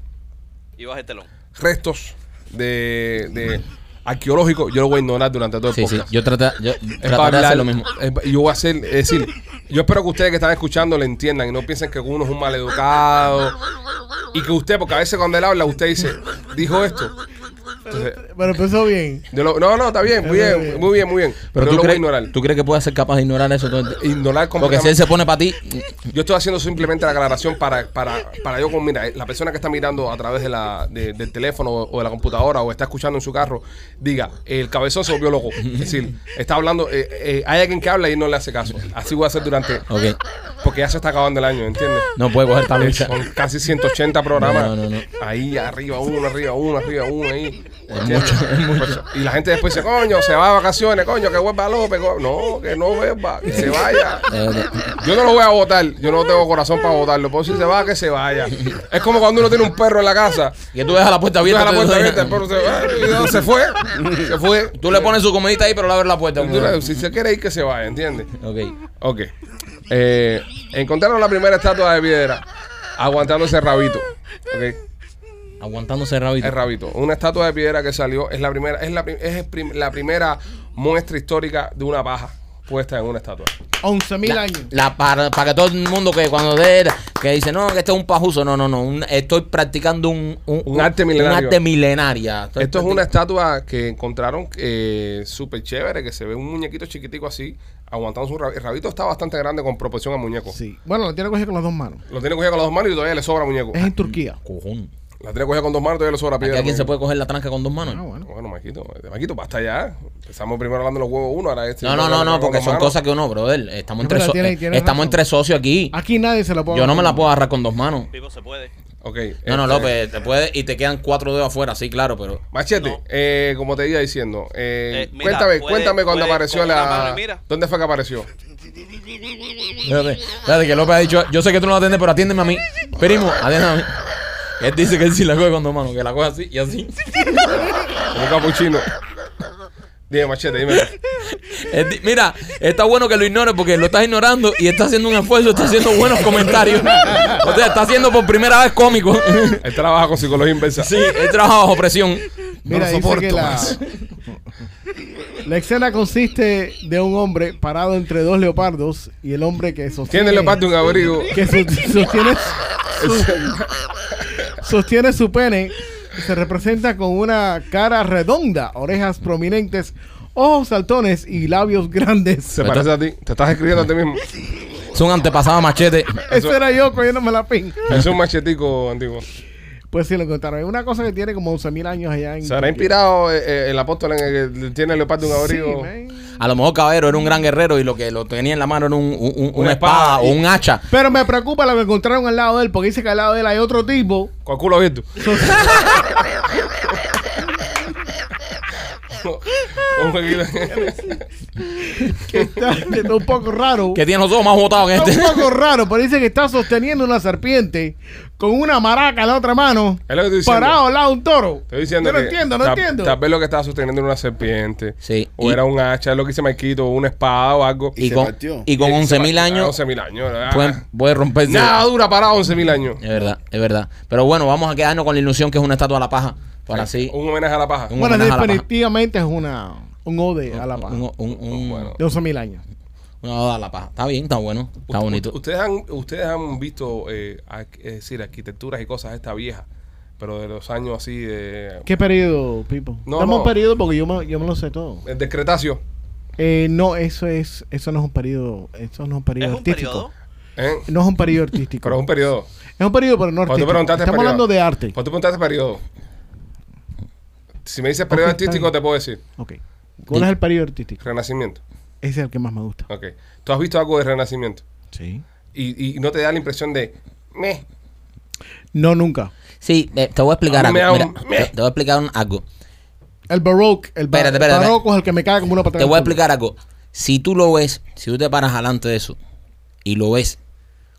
Speaker 5: Y baja el telón.
Speaker 1: restos de, de arqueológicos. Yo lo voy a ignorar durante todo el
Speaker 2: Sí, sí.
Speaker 1: podcast.
Speaker 2: Yo traté, yo
Speaker 1: Es
Speaker 2: trataré de
Speaker 1: para
Speaker 2: hacer lo
Speaker 1: hablar,
Speaker 2: mismo.
Speaker 1: es pa- yo voy a hacer, es decir, yo espero que ustedes que están escuchando le entiendan y no piensen que uno es un maleducado. Y que usted, porque a veces cuando él habla, usted dice, dijo esto. Entonces,
Speaker 3: Pero empezó bien.
Speaker 1: yo lo- no, no, está bien, muy bien, muy bien, muy bien.
Speaker 2: Pero
Speaker 1: Pero
Speaker 2: tú
Speaker 1: yo lo voy a
Speaker 2: crees,
Speaker 1: ignorar.
Speaker 2: tú crees que puedes ser capaz de ignorar eso todo el tiempo?
Speaker 1: Ignorar
Speaker 2: Porque si
Speaker 1: completamente.
Speaker 2: él se pone para ti, mm,
Speaker 1: Yo estoy haciendo simplemente la aclaración para, para, para yo con, mira, eh, la persona que está mirando a través de la, de- del teléfono o de la computadora o está escuchando en su carro, diga, el cabezón se volvió loco. Es decir, está hablando, eh, eh, hay alguien que habla y no le hace caso. Así voy a hacer durante...
Speaker 2: ok,
Speaker 1: Porque ya se está acabando el año, ¿entiendes?
Speaker 2: no puede coger tan
Speaker 1: Eh,
Speaker 2: lucha.
Speaker 1: Son casi 180 programas.
Speaker 2: No, no, no.
Speaker 1: Ahí arriba uno, arriba uno, arriba uno ahí. Y la gente después dice, coño, se va a vacaciones, coño, que vuelva López. co-". No, que no vuelva, que se vaya. Yo no lo voy a votar, yo no tengo corazón para votarlo. Pero si se va, que se vaya. Es como cuando uno tiene un perro en la casa.
Speaker 2: Que tú dejas la puerta
Speaker 1: Tú
Speaker 2: abierta.
Speaker 1: dejas la puerta
Speaker 2: te-
Speaker 1: abierta, el perro se va, y no, se fue, se fue.
Speaker 2: Tú le pones su comidita ahí, pero le abres la puerta.
Speaker 1: Si se quiere ir, que se vaya, ¿entiendes?
Speaker 2: Ok.
Speaker 1: Ok. Eh, encontraron la primera estatua de piedra aguantando ese rabito. Ok.
Speaker 2: Aguantándose el rabito.
Speaker 1: El rabito. Una estatua de piedra que salió es la primera, es la, prim- es el prim- la primera muestra histórica de una paja puesta en una estatua.
Speaker 3: 11.000 años.
Speaker 2: La, para, para que todo el mundo que cuando dé, que dice, no, que este es un pajuso. No, no, no. un- estoy practicando un,
Speaker 1: Un arte milenario.
Speaker 2: un arte milenaria. Estoy
Speaker 1: Esto es una
Speaker 2: practic-
Speaker 1: estatua que encontraron eh, súper chévere, que se ve un muñequito chiquitico así, aguantando su rabito. El rabito está bastante grande con proporción al muñeco.
Speaker 3: Sí. Bueno, lo tiene que coger con las dos manos.
Speaker 1: Lo tiene cogido con las dos manos y todavía le sobra muñeco.
Speaker 3: Es en Turquía.
Speaker 2: Cojón.
Speaker 1: La tiene cogida con dos manos y todavía le sobra
Speaker 2: Aquí
Speaker 1: piedra.
Speaker 2: alguien se
Speaker 1: muñeco.
Speaker 2: puede coger la tranca con dos manos.
Speaker 3: Ah, bueno.
Speaker 1: Bueno, Maquito, Maquito, basta ya. Empezamos primero hablando de los huevos uno, ahora este.
Speaker 2: No, no, no, no, porque son
Speaker 1: cosas
Speaker 2: cosas que uno, brother. Estamos
Speaker 3: No,
Speaker 2: entre,
Speaker 3: pero
Speaker 2: so-
Speaker 3: tiene-
Speaker 2: eh,
Speaker 3: tiene
Speaker 2: estamos
Speaker 3: razón. Ah,
Speaker 2: entre socios aquí.
Speaker 3: Aquí nadie se la puede.
Speaker 2: Yo no me la puedo agarrar con dos manos.
Speaker 5: Pipo se puede.
Speaker 1: Ok.
Speaker 2: No, no,
Speaker 1: este,
Speaker 2: López, te puedes y te quedan cuatro dedos afuera, sí, claro, pero.
Speaker 1: Machete,
Speaker 5: No.
Speaker 1: eh, como te iba diciendo, eh,
Speaker 5: Eh, mira,
Speaker 1: cuéntame,
Speaker 5: puede-
Speaker 1: cuéntame cuando
Speaker 5: puede
Speaker 1: apareció
Speaker 5: con una
Speaker 1: la...
Speaker 5: mano y mira.
Speaker 1: ¿Dónde fue que apareció?
Speaker 2: Espérate, espérate, que López ha dicho, yo sé que tú no lo atiendes, pero atiéndeme a mí. Primo, atiéndeme a mí. Él dice que él sí la coge cuando mano, que la coge así y así.
Speaker 1: Como un capuchino. Dime, machete, dime.
Speaker 2: Él di- mira, está bueno que lo ignore porque lo estás ignorando y está haciendo un esfuerzo, está haciendo buenos comentarios. O sea, está haciendo por primera vez cómico.
Speaker 1: Él trabaja con psicología inversa.
Speaker 2: Sí, él trabaja bajo presión.
Speaker 6: No lo
Speaker 3: Mira, dice que
Speaker 6: soporto
Speaker 3: la,
Speaker 6: más.
Speaker 3: (laughs) la escena consiste de un hombre parado entre dos leopardos y el hombre que sostiene.
Speaker 1: Tiene el leopardo un abrigo.
Speaker 3: Que so- sostiene, su- sostiene su pene. Se representa con una cara redonda, orejas prominentes, ojos saltones y labios
Speaker 1: (laughs)
Speaker 3: grandes.
Speaker 1: Se parece a ti. Te estás escribiendo a ti mismo.
Speaker 2: Es un antepasado machete.
Speaker 3: Eso
Speaker 1: (laughs)
Speaker 3: era yo cogiéndome la pin.
Speaker 1: Es un machetico antiguo. O
Speaker 3: Pues sí, lo encontraron. Es una cosa que tiene como 11.000 años allá en.
Speaker 1: sea, habrá inspirado eh, eh, el apóstol en el que tiene el leopardo un
Speaker 3: Sí,
Speaker 1: abrigo.
Speaker 3: man.
Speaker 2: A lo mejor Cabero era un gran guerrero y lo que lo tenía en la mano era un- un- un- una
Speaker 1: Una
Speaker 2: espada
Speaker 1: espada
Speaker 2: o
Speaker 1: y-
Speaker 2: un hacha.
Speaker 3: Pero me preocupa lo que encontraron al lado de él, porque dice que al lado de él hay otro tipo.
Speaker 1: Con el culo
Speaker 3: (laughs)
Speaker 1: abierto. (laughs) un jueguito. (laughs)
Speaker 3: que está, que está un poco raro.
Speaker 2: Que tiene los ojos más botados que
Speaker 3: Está
Speaker 2: este.
Speaker 3: un poco raro, pero dice que está sosteniendo una serpiente con una maraca en la otra mano.
Speaker 1: Es lo que estoy diciendo.
Speaker 3: Parado al lado de un toro.
Speaker 1: Estoy diciendo
Speaker 3: Yo no
Speaker 1: que
Speaker 3: entiendo, no
Speaker 1: tal-
Speaker 3: entiendo.
Speaker 1: Tal vez lo que estaba sosteniendo era una serpiente.
Speaker 2: Sí,
Speaker 1: O
Speaker 2: y-
Speaker 1: era un hacha, es lo que dice Marquito, o una espada o algo.
Speaker 2: Y
Speaker 4: se
Speaker 2: con,
Speaker 4: partió.
Speaker 2: y con
Speaker 1: Eh, se
Speaker 2: 11.000
Speaker 1: va- ah,
Speaker 2: años
Speaker 1: 11.000 años. ah.
Speaker 2: pueden- puede romperse.
Speaker 1: Nada dura parado 11.000 años.
Speaker 2: Es verdad, es verdad. Pero bueno, vamos a quedarnos con la ilusión que es una estatua a la paja. Para así.
Speaker 1: Un homenaje a la paja.
Speaker 2: un
Speaker 3: bueno,
Speaker 2: homenaje a la paja.
Speaker 3: definitivamente es una, un ode a la paz.
Speaker 2: un- un- un-
Speaker 1: Bueno.
Speaker 3: De 11.000 años.
Speaker 2: una oda a la paja. Está bien, está bueno, está
Speaker 1: Ust-
Speaker 2: bonito.
Speaker 1: ust- Ustedes han, ustedes han visto, eh, arqu- es decir, arquitecturas y cosas esta vieja, pero de los años así de...
Speaker 3: ¿Qué periodo, Pipo?
Speaker 1: No,
Speaker 3: Dame un
Speaker 1: no.
Speaker 3: periodo porque yo me, yo me lo sé todo.
Speaker 1: El del Cretáceo.
Speaker 3: Eh, no, eso es, eso no es un periodo, eso no es un
Speaker 5: ¿Es
Speaker 3: periodo
Speaker 5: un
Speaker 3: artístico.
Speaker 5: periodo?
Speaker 1: ¿eh?
Speaker 3: No es un periodo artístico.
Speaker 1: Pero es un periodo.
Speaker 3: Es un periodo, pero no
Speaker 1: Cuando tú
Speaker 3: artístico.
Speaker 1: preguntaste
Speaker 3: Estamos
Speaker 1: periodo-
Speaker 3: hablando de arte.
Speaker 1: Cuando tú preguntaste periodo. Si me dices periodo
Speaker 3: Ok, está
Speaker 1: artístico,
Speaker 3: bien.
Speaker 1: te puedo decir.
Speaker 3: Ok. ¿Cuál es el periodo artístico?
Speaker 1: Renacimiento.
Speaker 3: Ese es el que más me gusta.
Speaker 1: Ok. Tú has visto algo de Renacimiento
Speaker 3: Sí.
Speaker 1: y, y no te da la impresión de... Meh.
Speaker 3: No, nunca.
Speaker 2: Sí, eh, te voy a explicar
Speaker 1: A mí me
Speaker 2: algo.
Speaker 1: da un-
Speaker 2: Mira, te, te voy a explicar un- algo.
Speaker 3: El baroque, el ba-
Speaker 2: Espérate, espérate,
Speaker 3: barroco es el que me cae como una patada.
Speaker 2: Te
Speaker 3: en el
Speaker 2: voy a
Speaker 3: culo.
Speaker 2: explicar algo. Si tú lo ves, si tú te paras delante de eso y lo ves,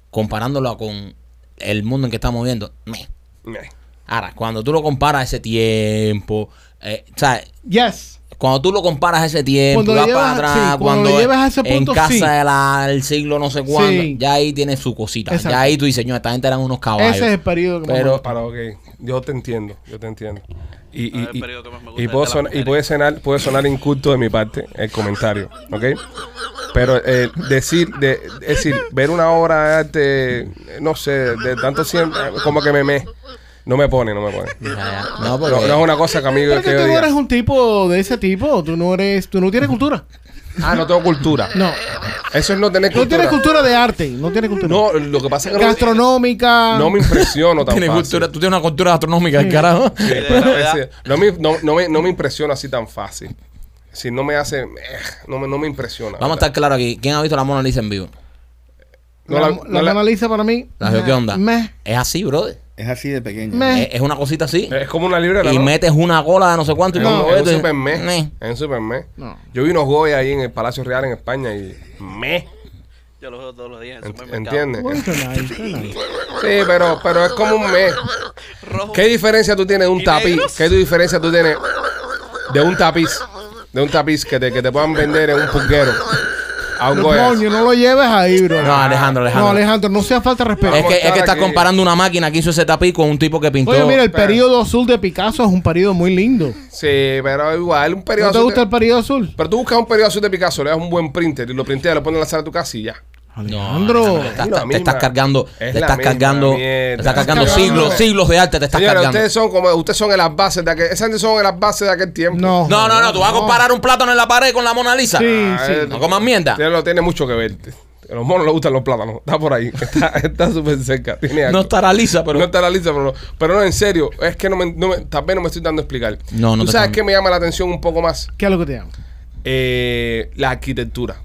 Speaker 2: comparándolo con el mundo en que estamos viviendo, meh.
Speaker 1: Meh.
Speaker 2: ahora, cuando tú lo comparas a ese tiempo, eh, ¿sabes?
Speaker 3: Yes.
Speaker 2: Cuando tú lo comparas a ese tiempo,
Speaker 3: Cuando
Speaker 2: vas
Speaker 3: lo llevas-
Speaker 2: para atrás,
Speaker 3: sí, cuando
Speaker 2: cuando,
Speaker 3: lo llevas a ese punto,
Speaker 2: en casa
Speaker 3: sí.
Speaker 2: de la- del siglo no sé cuándo,
Speaker 3: Sí.
Speaker 2: ya ahí tiene su cosita.
Speaker 3: Exacto.
Speaker 2: Ya ahí tú dices, "No, esta gente eran unos caballos.
Speaker 3: Ese es el periodo que más
Speaker 2: Pero-
Speaker 3: me gusta.
Speaker 1: Para, ok. Yo te entiendo, yo te entiendo. Y,
Speaker 5: Ah,
Speaker 1: y,
Speaker 5: el
Speaker 1: y,
Speaker 5: periodo que más me gusta
Speaker 1: y
Speaker 5: es
Speaker 1: puedo
Speaker 5: de las
Speaker 1: sonar- y
Speaker 5: mujeres.
Speaker 1: puede, sonar, puede sonar inculto de mi parte el comentario, ¿ok? Pero eh, decir, de, es decir, ver una obra de arte, eh, no sé, de tanto tiempo, como que me me, no me pone, no me pone.
Speaker 2: Ya,
Speaker 1: No,
Speaker 2: ya. No, porque-
Speaker 1: no es una cosa que a mí
Speaker 3: Pero
Speaker 1: que
Speaker 3: que
Speaker 1: yo
Speaker 3: tú no
Speaker 1: diga,
Speaker 3: eres un tipo de ese tipo. Tú no eres, tú no tienes cultura.
Speaker 1: Ah, no tengo cultura.
Speaker 3: No.
Speaker 1: Eso es no tener
Speaker 3: No
Speaker 1: cultura.
Speaker 3: tienes cultura de arte. No tienes cultura.
Speaker 1: No, lo que pasa es que no,
Speaker 3: Gastronómica.
Speaker 1: no me impresiono
Speaker 2: (laughs)
Speaker 1: tan
Speaker 2: Tienes
Speaker 1: fácil.
Speaker 2: cultura- tú tienes una cultura gastronómica, del carajo.
Speaker 1: Sí,
Speaker 5: de
Speaker 1: pero a
Speaker 5: verdad.
Speaker 1: veces no, me, no, no me, no me impresiona así tan fácil. Si no me hace. eh, no, me, no me impresiona.
Speaker 2: Vamos a estar claros aquí. ¿Quién ha visto la Mona Lisa en vivo?
Speaker 1: No
Speaker 3: la,
Speaker 1: la-
Speaker 3: la
Speaker 1: no la-
Speaker 3: Mona Lisa para mí.
Speaker 2: La Gioconda.
Speaker 3: Meh.
Speaker 2: Es así, brother.
Speaker 4: Es así de pequeño.
Speaker 3: Meh.
Speaker 2: Es, es una cosita así.
Speaker 1: Es como una libra
Speaker 2: Y metes una cola de no sé cuánto. y
Speaker 1: Es
Speaker 2: cuando
Speaker 1: un, Eh,
Speaker 2: ves,
Speaker 1: es un
Speaker 2: tú dices,
Speaker 1: super meh.
Speaker 2: "Meh".
Speaker 1: Es un super meh.
Speaker 3: No.
Speaker 1: Yo vi unos Goya ahí en el Palacio Real en España y. Meh.
Speaker 5: Yo lo veo todos los días en el
Speaker 1: Ent-
Speaker 5: supermercado.
Speaker 1: ¿Entiendes?
Speaker 3: Bueno,
Speaker 1: (laughs)
Speaker 3: está nice, está nice.
Speaker 1: Sí, pero, pero es como un meh.
Speaker 5: Rojo.
Speaker 1: ¿Qué diferencia tú tienes de un
Speaker 5: ¿Y
Speaker 1: tapiz?
Speaker 5: negros?
Speaker 1: ¿Qué diferencia tú tienes de un tapiz? De un tapiz que te, que te puedan vender en un pulguero. A un
Speaker 3: No,
Speaker 1: Goya.
Speaker 3: coño, no lo lleves ahí, bro.
Speaker 2: No, Alejandro,
Speaker 3: No,
Speaker 2: Alejandro.
Speaker 3: Alejandro, no sea falta de respeto.
Speaker 2: es
Speaker 1: Vamos a
Speaker 2: que, es
Speaker 1: estar
Speaker 2: que estás
Speaker 1: aquí.
Speaker 2: comparando una máquina que hizo ese tapiz con un tipo que pintó.
Speaker 3: Oye, mira, el
Speaker 1: Pero-
Speaker 3: periodo azul de Picasso es un periodo muy lindo.
Speaker 1: Sí, pero igual, un periodo
Speaker 3: ¿No te
Speaker 1: azul
Speaker 3: gusta
Speaker 1: de-
Speaker 3: el periodo azul?
Speaker 1: Pero tú buscas un periódico azul de Picasso, le das un buen printer y lo printeas, lo pones en la sala de tu casa y ya.
Speaker 2: No,
Speaker 3: Alejandro.
Speaker 2: te estás-
Speaker 1: Es la
Speaker 2: te estás
Speaker 1: misma.
Speaker 2: cargando, te
Speaker 1: Es la
Speaker 2: estás
Speaker 1: misma
Speaker 2: cargando, te
Speaker 1: mierda.
Speaker 2: estás cargando
Speaker 1: Estás cargando-
Speaker 2: siglos, siglos de arte, te estás
Speaker 1: Señores,
Speaker 2: cargando.
Speaker 1: ustedes son como, ustedes son en las bases de aquel, esa gente son en las bases de aquel tiempo.
Speaker 3: No.
Speaker 2: No, no, no, tú vas a comparar un plátano en la pared con la Mona Lisa.
Speaker 3: Sí,
Speaker 1: Ah,
Speaker 3: sí.
Speaker 1: eh,
Speaker 2: No comas mierda.
Speaker 1: Tiene, lo- tiene mucho que ver. A los monos les gustan los plátanos. Está por ahí. Está (laughs) está súper cerca. Tiene algo.
Speaker 2: No estará lisa,
Speaker 1: No
Speaker 2: pero
Speaker 1: está la lista, pero, pero no, en serio, es que no me, no me- tal vez no me estoy dando a explicar.
Speaker 2: No, no
Speaker 1: ¿Tú
Speaker 2: te
Speaker 1: sabes
Speaker 2: están-
Speaker 1: qué me llama la atención un poco más?
Speaker 3: ¿Qué es lo que te llama?
Speaker 1: Eh, la arquitectura.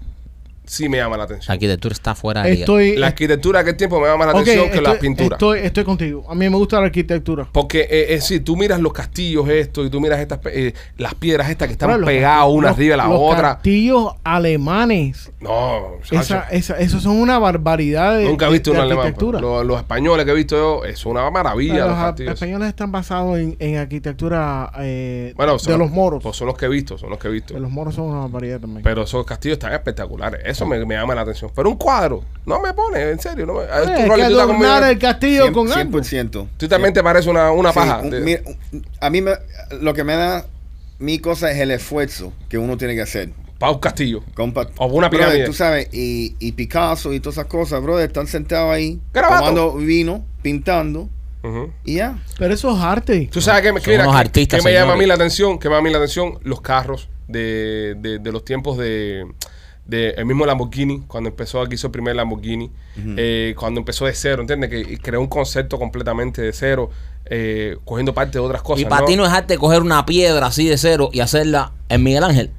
Speaker 1: sí me llama la atención.
Speaker 2: La arquitectura está fuera de liga.
Speaker 3: Estoy.
Speaker 1: La arquitectura de aquel tiempo me llama la
Speaker 3: ok,
Speaker 1: atención que
Speaker 3: estoy-
Speaker 1: las pinturas.
Speaker 3: Estoy, estoy contigo. A mí me gusta la arquitectura.
Speaker 1: Porque eh, es decir, tú miras los castillos estos y tú miras estas pe- eh, las piedras estas que están
Speaker 3: Ahora, los-
Speaker 1: pegadas una
Speaker 3: los-
Speaker 1: arriba de la
Speaker 3: los
Speaker 1: otra.
Speaker 3: Castillos alemanes.
Speaker 1: No,
Speaker 3: Esa,
Speaker 1: chacho,
Speaker 3: esa, esos son una barbaridad de,
Speaker 1: nunca he
Speaker 3: de-
Speaker 1: visto
Speaker 3: de
Speaker 1: un alemán.
Speaker 3: arquitectura.
Speaker 1: pues. Los, los españoles que he visto yo es una maravilla.
Speaker 3: Pero
Speaker 1: los
Speaker 3: los a-
Speaker 1: castillos.
Speaker 3: españoles están basados en, en arquitectura eh,
Speaker 1: Bueno, son
Speaker 3: de los moros.
Speaker 1: Pues son los que he visto, son los que he visto.
Speaker 3: Que los moros son una barbaridad también.
Speaker 1: Pero esos castillos están espectaculares. Eso me, me llama la atención. Pero un cuadro, no me pone, en serio. No me, a ver,
Speaker 3: Eh,
Speaker 1: tú,
Speaker 3: hay que
Speaker 1: Rolly, tú estás conmigo.
Speaker 3: adornar el castillo con algo.
Speaker 4: 100%.
Speaker 1: Tú también te parece una, una
Speaker 4: Sí,
Speaker 1: paja.
Speaker 4: un-
Speaker 1: de-
Speaker 4: mira, un- a mí me, lo que me da mi cosa es el esfuerzo que uno tiene que hacer.
Speaker 1: pa' un castillo.
Speaker 4: Compa,
Speaker 1: O una
Speaker 4: Brother,
Speaker 1: pirámide.
Speaker 4: tú sabes, y, y Picasso y todas esas cosas, brother, están sentados ahí
Speaker 1: Garabato.
Speaker 4: tomando vino, pintando
Speaker 1: Ujú.
Speaker 4: y ya.
Speaker 3: Pero eso es arte.
Speaker 1: Tú sabes que me, que
Speaker 2: Son
Speaker 1: mira,
Speaker 2: unos
Speaker 1: que-
Speaker 2: artistas,
Speaker 1: que me llama a mí
Speaker 2: señores.
Speaker 1: la atención, que me llama a mí la atención los carros de, de- de los tiempos de, de el mismo Lamborghini, cuando empezó aquí hizo el primer Lamborghini, eh, cuando empezó de cero, ¿entiendes? Que creó un concepto completamente de cero, eh, cogiendo parte de otras cosas.
Speaker 2: y para
Speaker 1: ¿no?
Speaker 2: ti no es arte coger una piedra así de cero y hacerla en Miguel Ángel.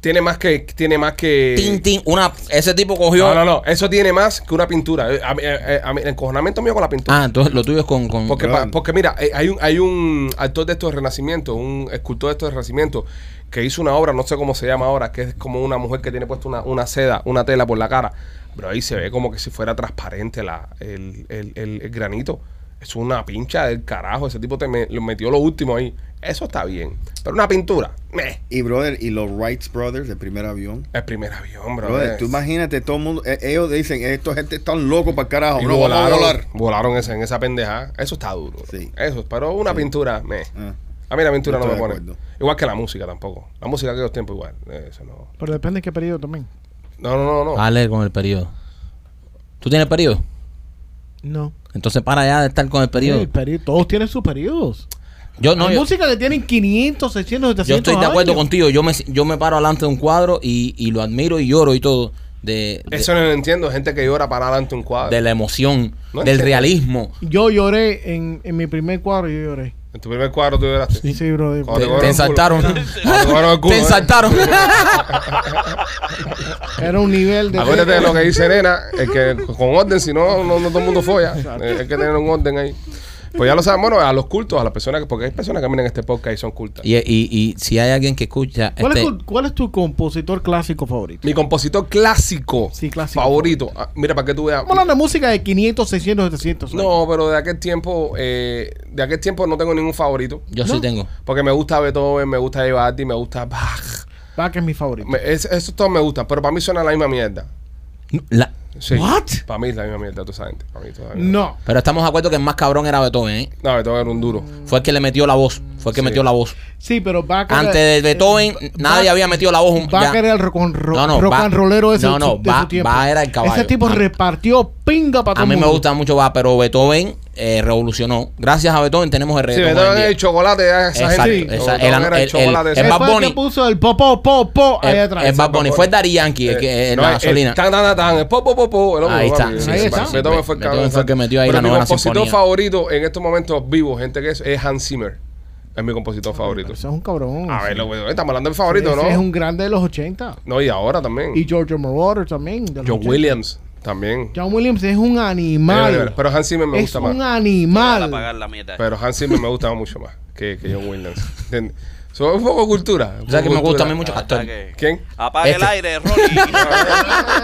Speaker 1: Tiene más que, tiene más que.
Speaker 2: Tin, tin, una, ese tipo cogió.
Speaker 1: No, no, no. Eso tiene más que una pintura. Eh, A, mí- eh, a mí- el encojonamiento mío con la pintura.
Speaker 2: Ah, entonces lo tuyo es con. con-
Speaker 1: Porque,
Speaker 4: Claro.
Speaker 1: pa- porque mira, eh, hay un, hay un actor de estos de Renacimiento, un escultor de estos de Renacimiento, que hizo una obra, no sé cómo se llama ahora, que es como una mujer que tiene puesta una, una seda, una tela por la cara. Pero ahí se ve como que si fuera transparente la, el, el- el- el granito. Es una pincha del carajo. Ese tipo te me- lo metió lo último ahí. Eso está bien. Pero una pintura, meh.
Speaker 4: Y, brother, y los Wrights Brothers, el primer avión.
Speaker 1: El primer avión, bro.
Speaker 4: Brother, tú imagínate, todo el mundo, eh, ellos dicen, estos gente están locos para carajo,
Speaker 1: Y
Speaker 4: no, vamos a
Speaker 1: volaron,
Speaker 4: volar.
Speaker 1: volaron esa- en esa pendeja. Eso está duro.
Speaker 4: Sí.
Speaker 1: Eso, pero una pintura, meh.
Speaker 4: Ah.
Speaker 1: A mí la pintura no
Speaker 4: Yo
Speaker 1: me
Speaker 4: estoy
Speaker 1: pone.
Speaker 4: de acuerdo.
Speaker 1: Igual que la música tampoco. La música que los tiempos igual. Eso no.
Speaker 3: Pero depende de qué periodo también.
Speaker 1: No, no, no, no.
Speaker 2: Dale con el periodo. ¿Tú tienes periodo?
Speaker 3: No.
Speaker 2: Entonces para ya de estar con el periodo.
Speaker 3: El periodo- Todos tienen sus periodos.
Speaker 2: Yo no.
Speaker 3: Hay
Speaker 2: Yo,
Speaker 3: música que tienen 500, 600, 700
Speaker 2: yo estoy de acuerdo
Speaker 3: años.
Speaker 2: contigo. Yo me, yo me paro delante de un cuadro y, y lo admiro y lloro y todo. De, de-
Speaker 1: Eso no lo entiendo. Gente que llora parada ante un cuadro.
Speaker 2: de la emoción,
Speaker 1: No
Speaker 2: del
Speaker 1: entiendo.
Speaker 2: realismo.
Speaker 3: Yo lloré en, en mi primer cuadro, yo lloré.
Speaker 1: En tu primer cuadro tú lloraste.
Speaker 3: Sí, brother.
Speaker 1: Cuando
Speaker 2: Te,
Speaker 1: cobraron
Speaker 2: te
Speaker 1: el
Speaker 2: ensartaron.
Speaker 1: Cuando (laughs) te cobraron el culo,
Speaker 2: te
Speaker 1: ¿eh?
Speaker 2: ensartaron.
Speaker 3: Era un nivel de...
Speaker 1: Acuérdate de lo que dice Elena, es que con orden, si no, no, no todo el mundo folla. Eh, Hay que tener un orden ahí. Pues ya lo saben, bueno, a los cultos, a las personas, que- porque hay personas que miran este podcast y son cultas.
Speaker 2: (laughs) y, y- y si hay alguien que escucha.
Speaker 3: ¿Cuál,
Speaker 2: este-
Speaker 3: es tu, cuál es tu compositor clásico favorito?
Speaker 1: Mi compositor clásico,
Speaker 3: Sí, clásico.
Speaker 1: favorito. Ah, mira, para que tú veas.
Speaker 3: Estamos hablando de música de 500, 600, 700 años.
Speaker 1: No, pero de aquel tiempo, eh, de aquel tiempo no tengo ningún favorito.
Speaker 2: Yo sí tengo.
Speaker 1: Porque me gusta Beethoven, me gusta Evardi, me gusta Bach.
Speaker 3: Va, que es mi favorito.
Speaker 1: Me- es- esos todos me gustan, pero para mí suena la misma mierda.
Speaker 2: La-
Speaker 1: Sí.
Speaker 3: What?
Speaker 1: Para mí es la misma mierda, tú sabes. Para mí todavía.
Speaker 3: No.
Speaker 2: pero estamos de acuerdo que el más cabrón era Beethoven. ¿eh?
Speaker 1: No, Beethoven era un duro.
Speaker 2: Fue el que le metió la voz. Fue el que
Speaker 1: Sí.
Speaker 2: metió la voz.
Speaker 3: Sí, pero Bach... era-
Speaker 2: Antes de Beethoven,
Speaker 3: eh,
Speaker 2: nadie
Speaker 3: Bach-
Speaker 2: había metido la voz. un-
Speaker 3: Bach
Speaker 2: ya.
Speaker 3: era el rock, and ro-
Speaker 2: No, no,
Speaker 3: rock
Speaker 2: Bach-
Speaker 3: and rollero ese
Speaker 2: no, no,
Speaker 3: su- de
Speaker 2: Bach-
Speaker 3: su tiempo.
Speaker 2: Bach era el caballo.
Speaker 3: Ese tipo
Speaker 2: A-
Speaker 3: repartió pinga para todo
Speaker 2: A mí
Speaker 3: el
Speaker 2: me
Speaker 3: mundo.
Speaker 2: gusta mucho Bach, pero Beethoven eh, revolucionó. Gracias a Beethoven tenemos el
Speaker 1: Sí,
Speaker 2: reggaetón. hoy en
Speaker 1: Beethoven
Speaker 2: día.
Speaker 1: es el chocolate. a Esa
Speaker 2: Exacto,
Speaker 1: gente.
Speaker 2: esa-
Speaker 1: Beethoven
Speaker 2: el-
Speaker 1: era
Speaker 2: el-
Speaker 1: el,
Speaker 2: el-
Speaker 1: chocolate.
Speaker 2: el
Speaker 1: ese.
Speaker 2: Bad
Speaker 3: Bad Bunny.
Speaker 2: Bunny.
Speaker 3: puso el po, po, po, po ahí
Speaker 2: El-
Speaker 3: atrás.
Speaker 2: el Eh, Bad Bunny.
Speaker 1: Bad
Speaker 2: Fue
Speaker 1: Bunny.
Speaker 2: Daddy Yankee, el
Speaker 1: Eh,
Speaker 2: que, eh,
Speaker 1: no,
Speaker 2: la
Speaker 1: el-
Speaker 2: gasolina.
Speaker 1: el Tan, tan, tan, el po, po, po, po, el otro,
Speaker 2: Ahí está,
Speaker 1: papi.
Speaker 2: sí,
Speaker 3: Ahí sí, está. sí,
Speaker 1: Beethoven fue el
Speaker 2: Beethoven
Speaker 1: cabrón.
Speaker 2: fue el que metió ahí
Speaker 1: Pero
Speaker 2: la
Speaker 1: mi
Speaker 2: nueva
Speaker 1: compositor
Speaker 2: sinfonía.
Speaker 1: favorito en estos momentos vivos, gente que es, es Hans Zimmer. Es mi compositor favorito.
Speaker 3: Pero Ese es un cabrón.
Speaker 1: A ver, lo que estamos hablando del favorito,
Speaker 3: Ese
Speaker 1: ¿no?
Speaker 3: es un grande de los 80.
Speaker 1: No, y ahora también.
Speaker 3: Y Giorgio Moroder también. de los
Speaker 1: John
Speaker 3: 80.
Speaker 1: Williams también.
Speaker 3: John Williams es un
Speaker 1: Mira, mira,
Speaker 3: animal.
Speaker 1: Pero Hans Zimmer me
Speaker 3: es
Speaker 1: gusta más.
Speaker 3: un
Speaker 5: Para
Speaker 3: animal.
Speaker 5: pagar la mierda.
Speaker 1: Pero Hans Zimmer me gusta mucho más que, que John Williams. ¿Entiendes? So, es un poco cultura. un
Speaker 2: O sea que
Speaker 1: poco
Speaker 2: me
Speaker 1: cultura.
Speaker 2: gusta a mí mucho
Speaker 5: Apaga
Speaker 2: Castor.
Speaker 5: que-
Speaker 1: ¿Quién?
Speaker 5: Apaga
Speaker 2: Este.
Speaker 5: el aire, Rolly.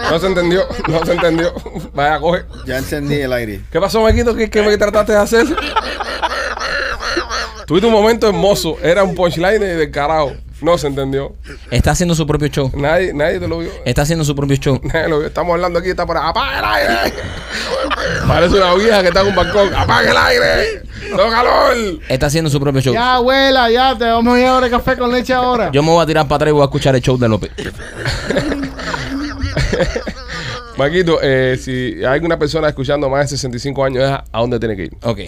Speaker 1: No se entendió, no se entendió. (laughs) Vaya, coge.
Speaker 4: Ya encendí el aire.
Speaker 1: ¿Qué pasó, Maquito? ¿Qué, qué me trataste de hacer? Tuviste un momento hermoso. Era un punchline de, de carajo. No se entendió.
Speaker 2: Está haciendo su propio show.
Speaker 1: Nadie, nadie te lo vio.
Speaker 2: Está haciendo su propio show.
Speaker 1: Nadie lo vio. Estamos hablando aquí, está por ahí. ¡Apaga el aire! Parece una vieja que está en un balcón. ¡Apaga el aire! ¡No calor!
Speaker 2: Está haciendo su propio show.
Speaker 3: Ya, abuela, ya te vamos a llevar el café con leche ahora.
Speaker 2: Yo me voy a tirar para atrás y voy a escuchar el show de López.
Speaker 1: Maquito, eh, si hay alguna persona escuchando más de 65 años, ¿a dónde tiene que ir?
Speaker 2: Ok.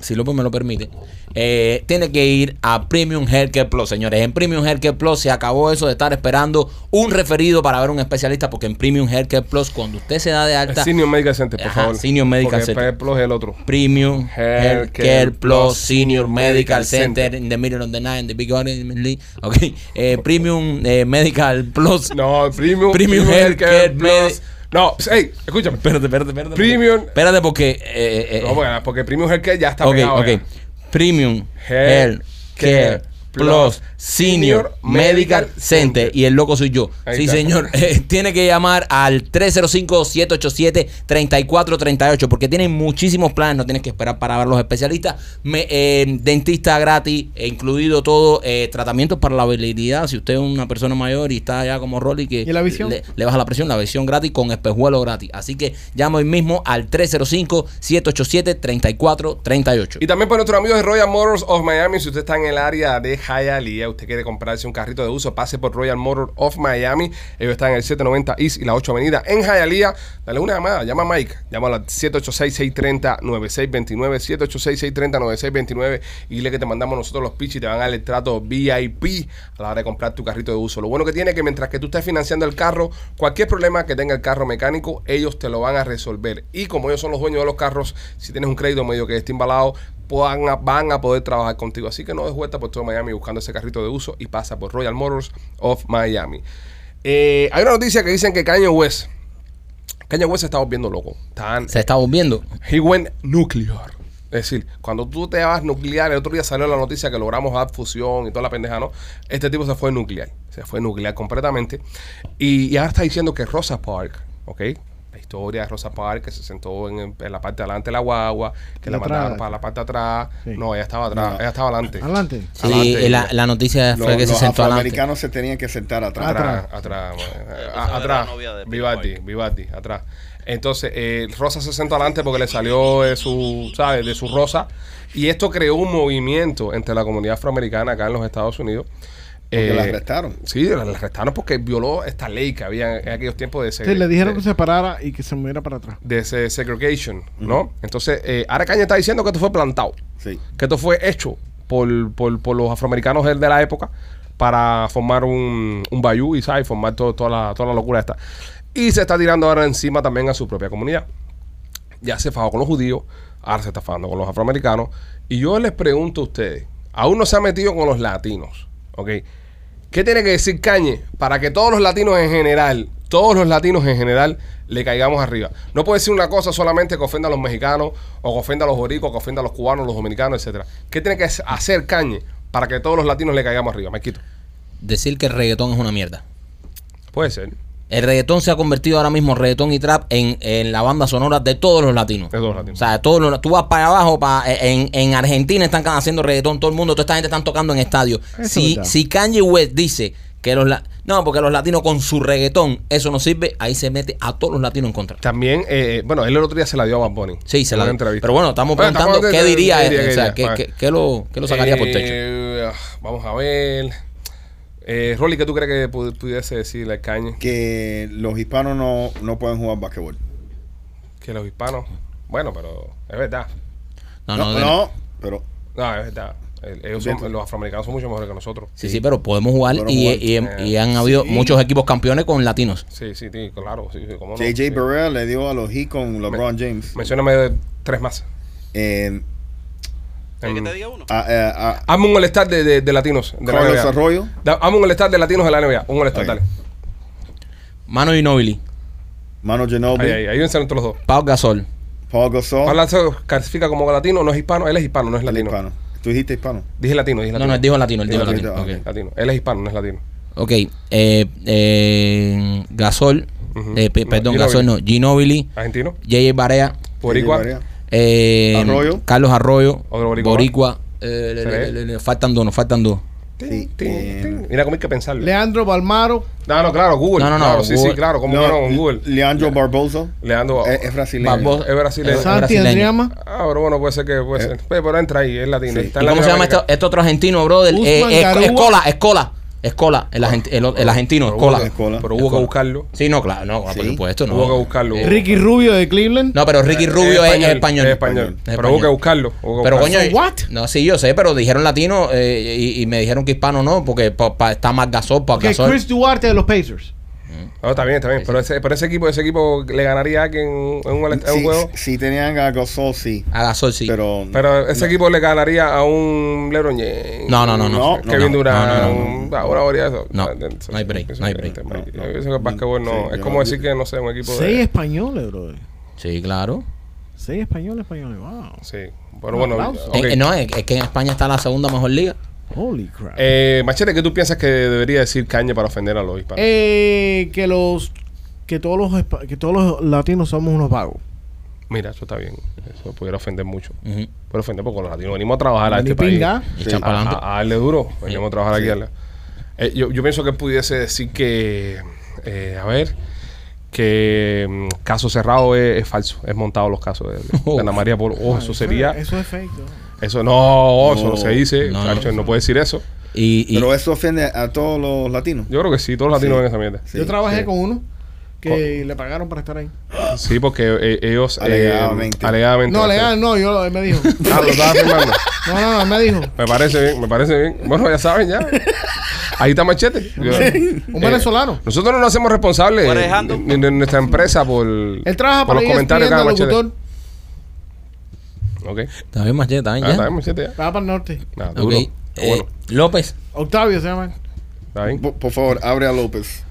Speaker 2: si López me lo permite, eh, tiene que ir a Premium Healthcare Plus, señores. En Premium Healthcare Plus se acabó eso de estar esperando un referido para ver un especialista, porque en Premium Healthcare Plus, cuando usted se da de
Speaker 1: El
Speaker 2: alta,
Speaker 1: Senior Medical Center, por
Speaker 2: Ajá,
Speaker 1: favor.
Speaker 2: Senior Medical
Speaker 1: Porque
Speaker 2: Center.
Speaker 1: el Plus es el otro.
Speaker 2: Premium
Speaker 1: Healthcare
Speaker 2: Healthcare Plus
Speaker 1: Plus
Speaker 2: Senior
Speaker 1: Senior
Speaker 2: Medical
Speaker 1: Medical
Speaker 2: Center
Speaker 1: Center.
Speaker 2: in the middle of the night in the big audience. Ok, eh, Premium eh, Medical Plus.
Speaker 1: No, el Premium,
Speaker 2: Premium Healthcare Med-
Speaker 1: Plus. No, hey, escúchame.
Speaker 2: (laughs) Espérate, espérate, espérate.
Speaker 1: Premium-
Speaker 2: Espérate porque. eh, eh,
Speaker 1: No,
Speaker 2: eh,
Speaker 1: porque, porque Premium Healthcare ya está
Speaker 2: ok,
Speaker 1: pegado.
Speaker 2: ok.
Speaker 1: ya.
Speaker 2: Premium
Speaker 1: Health
Speaker 2: Healthcare
Speaker 1: Care
Speaker 2: Plus
Speaker 1: Plus
Speaker 2: Senior
Speaker 1: Senior
Speaker 2: Medical
Speaker 1: Medical
Speaker 2: Center.
Speaker 1: Center.
Speaker 2: Y el loco soy yo.
Speaker 1: Ahí
Speaker 2: sí,
Speaker 1: está.
Speaker 2: señor. (laughs) Eh, tiene que llamar al 305-787-3438 porque tienen muchísimos planes. No tienes que esperar para ver los especialistas. Me- eh, dentista gratis, eh, incluido todo. eh, tratamientos para la habilidad. Si usted es una persona mayor y está ya como Rolly que
Speaker 3: ¿Y la visión?
Speaker 2: le- le baja la presión, la versión gratis con espejuelo gratis. Así que llama hoy mismo al 305-787-3438.
Speaker 1: Y también para nuestros amigos de Royal Motors of Miami, si usted está en el área de Hialeah, usted quiere comprarse un carrito de uso, pase por Royal Motors of Miami. Ellos están en el 790 East y la 8 Avenida en Hialeah. Dale una llamada, llama a Mike, llámalo al 786-630-9629, 786-630-9629 y dile que te mandamos nosotros los pitch y te van a dar el trato VIP a la hora de comprar tu carrito de uso. Lo bueno que tiene es que mientras que tú estés financiando el carro, cualquier problema que tenga el carro mecánico, ellos te lo van a resolver. Y como ellos son los dueños de los carros, si tienes un crédito medio que esté embalado, puedan a- van a poder trabajar contigo. Así que no des vuelta por todo Miami buscando ese carrito de uso y pasa por Royal Motors of Miami. Eh, hay una noticia que dicen que Kanye West, Kanye West se está volviendo loco. Están-
Speaker 2: Se está volviendo.
Speaker 1: He went nuclear. Es decir, cuando tú te vas nuclear, el otro día salió la noticia que logramos dar fusión y toda la pendeja, ¿no? Este tipo se fue nuclear. Se fue nuclear completamente. Y, y ahora está diciendo que Rosa Park, ¿ok? La historia de Rosa Park, que se sentó en, en la parte de adelante de la guagua, que la
Speaker 3: Atrás.
Speaker 1: mandaron para la parte de atrás.
Speaker 3: Sí.
Speaker 1: No, ella estaba atrás,
Speaker 4: No.
Speaker 1: ella estaba adelante.
Speaker 3: Adelante.
Speaker 2: Sí,
Speaker 1: Adelante,
Speaker 2: la, la noticia fue
Speaker 4: Los,
Speaker 2: que se
Speaker 4: los
Speaker 2: sentó adelante.
Speaker 4: afroamericanos se tenían que sentar atrás.
Speaker 1: Atrás, atrás, eh,
Speaker 5: Esa
Speaker 1: a-
Speaker 5: era
Speaker 1: atrás.
Speaker 5: la novia de Pink
Speaker 1: Vivaldi,
Speaker 5: Floyd.
Speaker 1: Vivaldi, atrás. Entonces, eh, Rosa se sentó adelante porque le salió de su, ¿sabes? De su rosa. Y esto creó un movimiento entre la comunidad afroamericana acá en los Estados Unidos.
Speaker 4: Porque
Speaker 1: Eh,
Speaker 4: la arrestaron.
Speaker 1: Sí, la la arrestaron porque violó esta ley que había en aquellos tiempos de se-
Speaker 3: Sí, le dijeron
Speaker 1: de-
Speaker 3: que se parara y que se moviera para atrás.
Speaker 1: de se- segregation, ¿no? Entonces, eh, ahora Caña está diciendo que esto fue plantado
Speaker 4: Sí.
Speaker 1: que esto fue hecho por, por, por los afroamericanos de de la época para formar un, un bayou y ¿sabes? formar todo- toda, la, toda la locura esta. Y se está tirando ahora encima también a su propia comunidad. Ya se fajó con los judíos, ahora se está fajando con los afroamericanos. Y yo les pregunto a ustedes, aún no se ha metido con los latinos, ¿ok? ¿Qué tiene que decir Cañe para que todos los latinos en general, todos los latinos en general, le caigamos arriba? No puede ser una cosa solamente que ofenda a los mexicanos, o que ofenda a los boricos, que ofenda a los cubanos, los dominicanos, etcétera. ¿Qué tiene que hacer Cañe para que todos los latinos le caigamos arriba? Me quito.
Speaker 2: Decir que el reggaetón es una mierda.
Speaker 1: Puede ser.
Speaker 2: El reggaetón se ha convertido ahora mismo, reggaetón y trap, en, en la banda sonora de todos los latinos.
Speaker 1: De todos los latinos.
Speaker 2: O sea, todos los- tú vas para abajo, pa- eh, en, en Argentina están haciendo reggaetón, todo el mundo, toda esta gente están tocando en estadios.
Speaker 3: Eso es
Speaker 2: Si,
Speaker 3: verdad.
Speaker 2: si Kanye West dice que los... la- no, porque los latinos con su reggaetón, eso no sirve, ahí se mete a todos los latinos en contra.
Speaker 1: También, eh, bueno, él el otro día se la dio a Bad Bunny.
Speaker 2: Sí, se
Speaker 1: En
Speaker 2: la
Speaker 1: una
Speaker 2: entrevista.
Speaker 1: entrevista.
Speaker 2: Pero bueno, estamos preguntando
Speaker 1: estamos-
Speaker 2: qué diría, él, o sea,
Speaker 1: diría?
Speaker 2: qué,
Speaker 1: Vale.
Speaker 2: qué- qué lo, qué lo sacaría por techo.
Speaker 1: Eh, Vamos a ver. Eh, Rolly, ¿qué tú crees que pu- pudiese decirle a Cañe?
Speaker 4: Que los hispanos no, no pueden jugar basquetbol.
Speaker 1: Que los hispanos. Bueno, pero es verdad.
Speaker 2: Ah, No, no, de-
Speaker 4: pero
Speaker 1: No, es verdad. El- Ellos son, los afroamericanos son mucho mejores que nosotros.
Speaker 2: Sí, sí, pero podemos jugar
Speaker 4: Podemos
Speaker 2: y,
Speaker 4: jugar.
Speaker 2: y- y- y han habido muchos equipos campeones con latinos.
Speaker 1: Sí, sí, sí, claro. Sí, sí, cómo no.
Speaker 4: JJ
Speaker 1: Sí.
Speaker 4: Barrera le dio a los Heat con LeBron James.
Speaker 1: Mencióname de tres más.
Speaker 4: Eh,
Speaker 5: ¿Quieres que te
Speaker 1: Em,
Speaker 5: diga uno?
Speaker 4: a- a- a
Speaker 1: Hazme un all-star de, de- de latinos. De la
Speaker 4: Carlos
Speaker 1: NBA.
Speaker 4: Arroyo.
Speaker 1: Da- Hazme un all-star de latinos de la NBA. Un all-star,
Speaker 4: Ok.
Speaker 1: dale.
Speaker 2: Mano Ginobili,
Speaker 4: Mano
Speaker 1: Ahí,
Speaker 4: Ginobili,
Speaker 1: ahí, ahí vencen entre los dos.
Speaker 2: Pau Gasol,
Speaker 4: Paul Gasol,
Speaker 1: Ahora se clasifica como latino, no es hispano. Él es hispano, no es
Speaker 4: el
Speaker 1: latino.
Speaker 4: hispano. Tú dijiste hispano.
Speaker 1: Dije latino, dije
Speaker 2: No,
Speaker 1: latino.
Speaker 2: no, él dijo latino, él dijo
Speaker 4: Dijo
Speaker 2: latino.
Speaker 4: latino,
Speaker 2: ok.
Speaker 1: Latino. Él es hispano, no es latino.
Speaker 2: Ok, eh, eh, Gasol,
Speaker 1: Ujú.
Speaker 2: eh, pe-
Speaker 1: No,
Speaker 2: perdón,
Speaker 1: Ginóbili.
Speaker 2: Gasol no, Ginobili,
Speaker 1: Argentino,
Speaker 2: JJ Barea,
Speaker 1: boricua.
Speaker 4: JJ Barrera.
Speaker 2: eh,
Speaker 4: Arroyo.
Speaker 2: Carlos Arroyo,
Speaker 1: Otro boricua.
Speaker 2: eh, le-
Speaker 1: Se ve.
Speaker 2: le- le- le- faltan dos, nos faltan dos.
Speaker 1: Tin,
Speaker 4: Sí,
Speaker 1: tin,
Speaker 4: eh,
Speaker 1: tin. Mira cómo hay que pensarlo.
Speaker 3: Leandro Balmaro.
Speaker 1: No, no, claro, Google.
Speaker 2: No, no, no,
Speaker 1: Claro, sí,
Speaker 2: Google.
Speaker 1: sí, claro. ¿Cómo
Speaker 4: No, eh,
Speaker 1: no, con Google?
Speaker 4: Leandro Barboso.
Speaker 1: Le dando.
Speaker 4: Es, es brasileño.
Speaker 2: Barbosa.
Speaker 1: es brasileño.
Speaker 2: Exacto.
Speaker 3: Santi
Speaker 2: Eh, brasileño.
Speaker 3: Andriama.
Speaker 1: Ah, pero bueno, puede ser que. Puede
Speaker 4: Eh.
Speaker 1: ser. Pero, pero entra ahí, es latino.
Speaker 4: Sí.
Speaker 1: Está
Speaker 2: ¿Y
Speaker 1: en
Speaker 2: cómo se llama
Speaker 1: Latinoamérica.
Speaker 2: este, este otro argentino, brother? Eh,
Speaker 3: Usman
Speaker 2: eh,
Speaker 3: Garúa.
Speaker 2: Escola, Escola. Escola, el, argent- el, el argentino,
Speaker 1: Pero Ah. hubo
Speaker 2: Escola.
Speaker 1: que-
Speaker 4: Escola.
Speaker 1: Pero hubo que
Speaker 2: Escola.
Speaker 1: buscarlo.
Speaker 2: Sí, no, claro, no, por
Speaker 4: Sí.
Speaker 2: supuesto, no.
Speaker 1: Hubo que buscarlo.
Speaker 2: Eh,
Speaker 3: Ricky Rubio de Cleveland.
Speaker 2: No, pero Ricky Rubio es, es español.
Speaker 1: Es español. Pero
Speaker 2: Es
Speaker 1: hubo que
Speaker 2: español.
Speaker 1: buscarlo. hubo que
Speaker 2: Pero
Speaker 1: buscarlo.
Speaker 2: coño,
Speaker 3: So what?
Speaker 2: no, sí, yo sé, pero dijeron latino eh, y, y me dijeron que hispano no, porque pa- pa- está más gasol, para
Speaker 3: Ok, Chris Duarte de los Pacers.
Speaker 1: No, Ah, está bien, está bien. Pero ese, pero ese equipo, ese equipo le ganaría a alguien en un, en un
Speaker 4: Sí,
Speaker 1: juego.
Speaker 4: sí tenían a Gasol, sí.
Speaker 2: A gasol sí.
Speaker 4: Pero,
Speaker 1: Pero ese equipo le ganaría a un LeBron James.
Speaker 2: No, no, no, no.
Speaker 4: No,
Speaker 1: Kevin
Speaker 2: no,
Speaker 1: Durant.
Speaker 2: no, no, no,
Speaker 1: un- Ahora habría eso. Ah,
Speaker 2: No,
Speaker 1: Eso-
Speaker 2: no hay break,
Speaker 1: eso-
Speaker 2: no hay break.
Speaker 1: eso-
Speaker 4: No, no.
Speaker 1: Yo pienso que el básquetbol no.
Speaker 4: Sí,
Speaker 1: es
Speaker 4: yo-
Speaker 1: como decir que, no sé, un equipo
Speaker 3: Seis
Speaker 1: de.
Speaker 3: españoles, brother.
Speaker 2: Sí, claro.
Speaker 3: Seis españoles, españoles. Wow.
Speaker 1: Sí. Bueno,
Speaker 3: Un
Speaker 1: bueno.
Speaker 3: aplauso.
Speaker 1: ok.
Speaker 2: Eh, eh, no, es, es que en España está la segunda mejor liga.
Speaker 3: Holy crap. Eh,
Speaker 1: Eh, Machete, ¿qué tú piensas que debería decir Caña para ofender a los
Speaker 3: Eh,
Speaker 1: hispanos?
Speaker 3: que los que todos los espa- que todos los latinos somos unos vagos.
Speaker 1: Mira, eso está bien. Eso pudiera ofender mucho.
Speaker 2: Ujú.
Speaker 1: Puede ofender porque los latinos venimos a trabajar a
Speaker 3: Ni
Speaker 1: este país.
Speaker 3: pinga.
Speaker 2: Y
Speaker 4: Sí.
Speaker 2: echan para
Speaker 1: a,
Speaker 2: adelante.
Speaker 1: a- a darle duro. Venimos a trabajar aquí.
Speaker 4: Sí.
Speaker 1: a la- Eh, yo, yo pienso que pudiese decir que, eh, a ver, que mm, caso cerrado es, es falso. Es montado los casos de, de
Speaker 2: Oh.
Speaker 1: Ana María Polo. Oh,
Speaker 3: Ah,
Speaker 1: eso sería.
Speaker 3: Eso es fake. ¿no?
Speaker 1: Eso no, oh, eso no
Speaker 4: No.
Speaker 1: se dice.
Speaker 2: No,
Speaker 1: No, no,
Speaker 2: no.
Speaker 1: puede decir eso.
Speaker 2: Y, y-
Speaker 4: pero eso ofende a todos los latinos.
Speaker 1: Yo creo que sí, todos los latinos
Speaker 4: Sí.
Speaker 1: ven esa mierda.
Speaker 4: Sí,
Speaker 3: Yo trabajé
Speaker 4: sí.
Speaker 3: con uno que le pagaron para estar ahí.
Speaker 1: Sí, porque eh, ellos. eh,
Speaker 4: Alegadamente.
Speaker 1: alegadamente.
Speaker 3: No, le dan, no, yo él me dijo.
Speaker 1: Ah, lo estaba firmando.
Speaker 3: No, no, no, él me dijo.
Speaker 1: Me parece bien, me parece bien. Bueno, ya saben, ya. Ahí está
Speaker 3: (laughs)
Speaker 1: Machete. Yo-
Speaker 3: Un
Speaker 1: eh,
Speaker 3: venezolano.
Speaker 1: Nosotros no nos hacemos responsables
Speaker 5: Fuera de
Speaker 1: de,
Speaker 5: Handel.
Speaker 1: de- de nuestra empresa por,
Speaker 3: Él
Speaker 1: por
Speaker 3: trabaja para
Speaker 1: los comentarios que haga
Speaker 3: ESPN de
Speaker 1: Machete.
Speaker 3: locutor.
Speaker 1: Ok.
Speaker 2: está bien, Machete, está bien,
Speaker 1: Ah,
Speaker 2: ya.
Speaker 1: está bien, Machete. ya.
Speaker 3: Trabaja para el norte.
Speaker 1: Nada,
Speaker 2: Ok,
Speaker 1: duro.
Speaker 2: eh,
Speaker 1: Bueno,
Speaker 2: López,
Speaker 3: Octavio se llama.
Speaker 1: está bien.
Speaker 4: Por, por favor, abre a (laughs) López.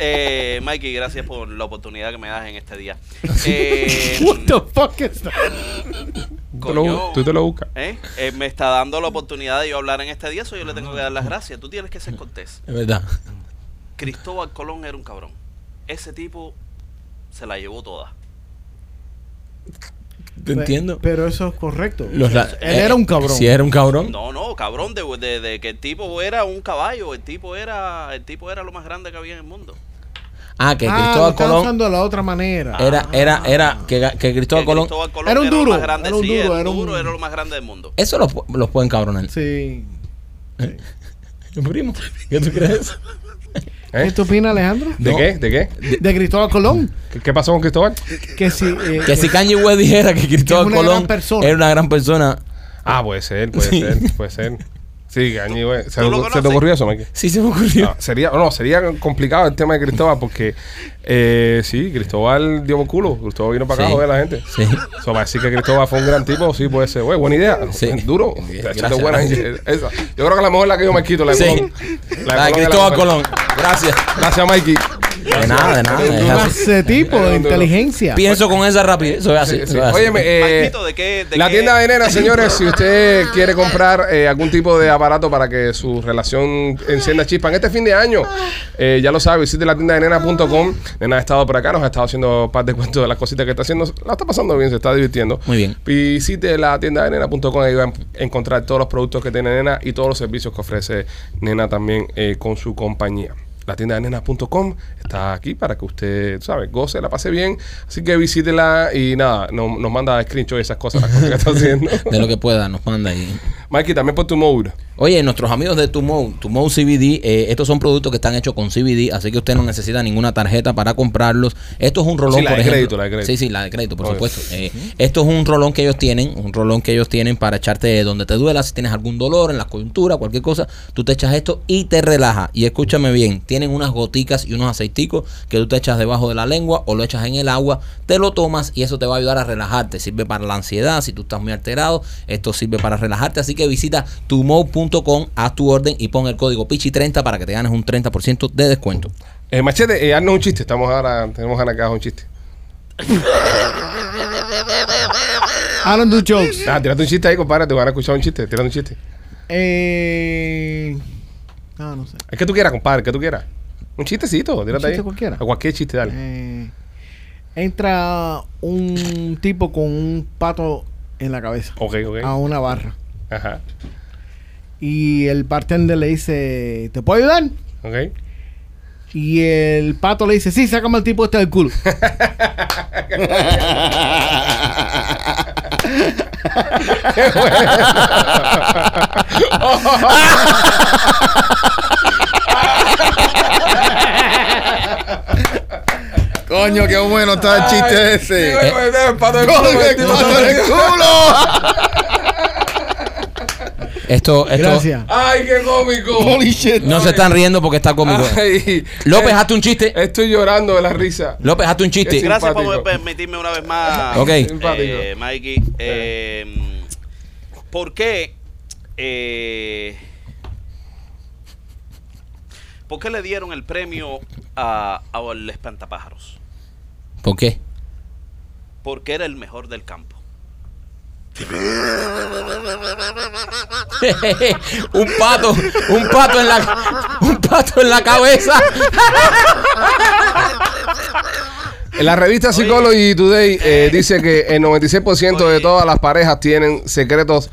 Speaker 5: Eh, Mikey, gracias por la oportunidad que me das en este día. Eh,
Speaker 3: (laughs) What the fuck is that?
Speaker 1: Tú te,
Speaker 5: coño,
Speaker 1: lo, bu- tú te lo buscas.
Speaker 5: ¿eh? Eh, me está dando la oportunidad de yo hablar en este día, eso yo le tengo que dar las gracias. Tú tienes que ser cortés.
Speaker 2: es verdad. (laughs)
Speaker 5: Cristóbal Colón era un cabrón. Ese tipo se la llevó toda.
Speaker 2: Te entiendo.
Speaker 3: Pero eso es correcto.
Speaker 2: Los la- eh,
Speaker 3: Él era un cabrón.
Speaker 2: Sí, era un cabrón.
Speaker 5: No, no, cabrón, de, de- de que el tipo era un caballo, el tipo era, el tipo era lo más grande que había en el mundo.
Speaker 2: Ah, que
Speaker 3: ah, lo
Speaker 2: Cristóbal
Speaker 3: está
Speaker 2: Colón
Speaker 3: usando de la otra manera.
Speaker 2: era, era, era, que, ga- que Cristóbal
Speaker 5: Ah. Que
Speaker 2: Colón.
Speaker 5: Cristóbal Colón
Speaker 3: Era un
Speaker 5: lo
Speaker 3: duro,
Speaker 5: más grande,
Speaker 3: era un
Speaker 5: sí,
Speaker 3: duro,
Speaker 5: era,
Speaker 3: era
Speaker 5: un
Speaker 3: un-
Speaker 5: duro, era lo más grande del mundo.
Speaker 2: Eso los, pu- los pueden cabronar.
Speaker 3: Sí.
Speaker 2: Primo, ¿qué tú crees?
Speaker 1: ¿Eh?
Speaker 3: ¿Qué te opina Alejandro?
Speaker 1: ¿De
Speaker 2: No.
Speaker 1: qué? ¿De qué?
Speaker 3: De Cristóbal Colón.
Speaker 1: ¿Qué, qué pasó con Cristóbal?
Speaker 3: Que si, eh,
Speaker 2: Que si Kanye West dijera que Cristóbal
Speaker 3: una
Speaker 2: Colón
Speaker 3: gran persona.
Speaker 2: era una gran persona,
Speaker 1: Ah, puede ser, puede
Speaker 2: Sí.
Speaker 1: ser, puede ser. Sí, Gañi, güey. ¿Se,
Speaker 5: tú lo
Speaker 1: ¿Se te
Speaker 5: conoces?
Speaker 1: ocurrió eso, Mike?
Speaker 2: sí se me ocurrió.
Speaker 1: No, Ah, sería, no, sería complicado el tema de Cristóbal porque eh, sí, Cristóbal dio por culo. Cristóbal vino para acá
Speaker 2: Sí.
Speaker 1: a joder a la gente.
Speaker 2: Sí.
Speaker 1: O sea, para decir que Cristóbal fue un gran tipo, sí puede ser. Güey, buena idea.
Speaker 2: Sí.
Speaker 1: Duro.
Speaker 2: Gracias,
Speaker 1: Está buena
Speaker 2: gracias.
Speaker 1: esa. Yo creo que a lo mejor la que yo me quito, la de
Speaker 2: Sí.
Speaker 1: Colón.
Speaker 2: La de
Speaker 1: es
Speaker 2: Cristóbal
Speaker 1: mejor.
Speaker 2: Colón. Gracias.
Speaker 1: Gracias, Mikey.
Speaker 2: De nada, de nada. es así.
Speaker 3: clase tipo de inteligencia.
Speaker 2: Pienso con esa rapidez. Soy así.
Speaker 1: Sí, sí.
Speaker 2: soy así.
Speaker 1: Óyeme, eh,
Speaker 5: Marquito, ¿de qué- de
Speaker 1: la
Speaker 5: qué-
Speaker 1: tienda de nena, señores, si usted quiere comprar eh, algún tipo de aparato para que su relación encienda chispa en este fin de año, eh, ya lo sabe, visite la tienda de nena.com. Nena ha estado por acá, nos ha estado haciendo un par de cuentos de las cositas que está haciendo. La está pasando bien, se está divirtiendo.
Speaker 2: Muy bien.
Speaker 1: Visite la tienda de nena.com, ahí va a encontrar todos los productos que tiene nena y todos los servicios que ofrece nena también eh, con su compañía. La tienda de nena.com está aquí para que usted, sabe, goce, la pase bien. Así que visítela y nada, no- nos manda screenshot de esas cosas, las cosas que está haciendo.
Speaker 3: (laughs)
Speaker 2: De lo que pueda, nos manda ahí.
Speaker 1: Mikey, también por tu móvil.
Speaker 2: Oye, nuestros amigos de Tumo, Tumo CBD, eh, estos son productos que están hechos con CBD, así que usted no necesita ninguna tarjeta para comprarlos. Esto es un rolón,
Speaker 1: Sí, la
Speaker 2: por
Speaker 1: de
Speaker 2: ejemplo.
Speaker 1: crédito, la de crédito.
Speaker 2: Sí, sí, la de crédito, por
Speaker 1: Obvio.
Speaker 2: supuesto. Eh, esto es un rolón que ellos tienen, un rolón que ellos tienen para echarte donde te duela, si tienes algún dolor en la coyuntura, cualquier cosa, tú te echas esto y te relaja. Y escúchame bien, tienen unas goticas y unos aceiticos que tú te echas debajo de la lengua o lo echas en el agua, te lo tomas y eso te va a ayudar a relajarte. Sirve para la ansiedad, si tú estás muy alterado, esto sirve para relajarte. Así que visita tumo.com, haz tu orden y pon el código PICHI30 para que te ganes un 30% de descuento.
Speaker 1: Eh, machete, eh, haznos un chiste. Estamos ahora, tenemos a Ana que haga un chiste.
Speaker 3: I don't do jokes.
Speaker 1: Ah, tírate un chiste ahí, compadre, te van a escuchar un chiste. Tírate un chiste.
Speaker 3: Eh, no, no sé.
Speaker 1: El que tú quieras, compadre, el que tú quieras. Un chistecito, tírate
Speaker 3: chiste
Speaker 1: ahí.
Speaker 3: cualquiera.
Speaker 1: A cualquier chiste, dale.
Speaker 3: Eh, entra un tipo con un pato en la cabeza
Speaker 1: Ok, ok.
Speaker 3: a una barra.
Speaker 1: Ajá.
Speaker 3: Y el bartender le dice, ¿te puedo ayudar?
Speaker 1: Ok.
Speaker 3: Y el pato le dice, sí, sácame al tipo este del culo.
Speaker 4: (laughs)
Speaker 1: Oh,
Speaker 4: Ah, Coño, qué bueno está el chiste ese.
Speaker 1: Digo, pues, el pato de culo,
Speaker 4: ¡Coño,
Speaker 1: el
Speaker 4: el
Speaker 1: tipo
Speaker 4: pato
Speaker 1: de
Speaker 4: en el
Speaker 1: culo.
Speaker 4: culo!
Speaker 2: Esto, esto-
Speaker 3: Gracias.
Speaker 1: Ay, qué cómico.
Speaker 4: ¡Holy shit!
Speaker 2: No se están riendo porque está cómico.
Speaker 1: Ay,
Speaker 2: López,
Speaker 1: eh,
Speaker 2: hazte un chiste.
Speaker 1: Estoy llorando de la risa.
Speaker 2: López, hazte un chiste.
Speaker 1: Gracias.
Speaker 5: Gracias por
Speaker 1: Simpático.
Speaker 5: permitirme una vez más,
Speaker 1: (laughs)
Speaker 2: Ok.
Speaker 5: eh,
Speaker 1: Simpático.
Speaker 5: Mikey. Eh, ¿Por qué? eh, ¿Por qué le dieron el premio a, al espantapájaros?
Speaker 2: ¿Por qué? (laughs)
Speaker 5: Porque era el mejor del campo.
Speaker 2: un pato, un pato en la un pato en la cabeza.
Speaker 1: En la revista Psychology Today eh, dice que el 96% de
Speaker 5: Oye.
Speaker 1: todas las parejas tienen secretos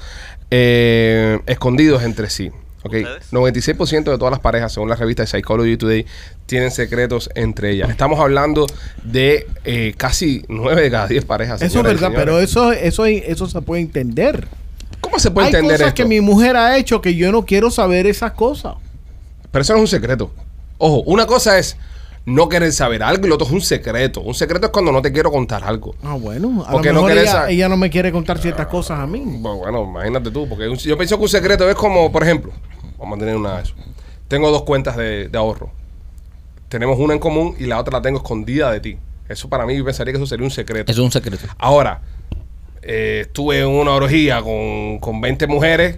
Speaker 1: eh, escondidos entre sí. ¿ok?
Speaker 5: ¿Ustedes?
Speaker 1: 96% de todas las parejas, según la revista Psychology Today, tienen secretos entre ellas. Estamos hablando de eh, casi 9 de cada 10 parejas.
Speaker 3: Eso es
Speaker 1: señoras y
Speaker 3: verdad,
Speaker 1: señores.
Speaker 3: pero eso, eso, eso se puede entender.
Speaker 1: ¿Cómo se puede
Speaker 3: Hay
Speaker 1: entender
Speaker 3: cosas
Speaker 1: esto?
Speaker 3: que mi mujer ha hecho que yo no quiero saber esas cosas.
Speaker 1: Pero eso no es un secreto. Ojo, una cosa es no querer saber algo y lo otro es un secreto. Un secreto es cuando no te quiero contar algo.
Speaker 3: Ah, bueno. A
Speaker 1: Porque no
Speaker 3: lo mejor
Speaker 1: querés
Speaker 3: ella,
Speaker 1: saber.
Speaker 3: ella no me quiere contar ciertas cosas a mí.
Speaker 1: Bueno, bueno, imagínate tú, porque un- yo pienso que un secreto es como, por ejemplo, vamos a tener una de eso. Tengo dos cuentas de, de ahorro. Tenemos una en común y la otra la tengo escondida de ti. Eso para mí, yo pensaría que eso sería un secreto.
Speaker 2: Eso es un secreto.
Speaker 1: Ahora, eh, estuve en una orgía con, con 20 mujeres.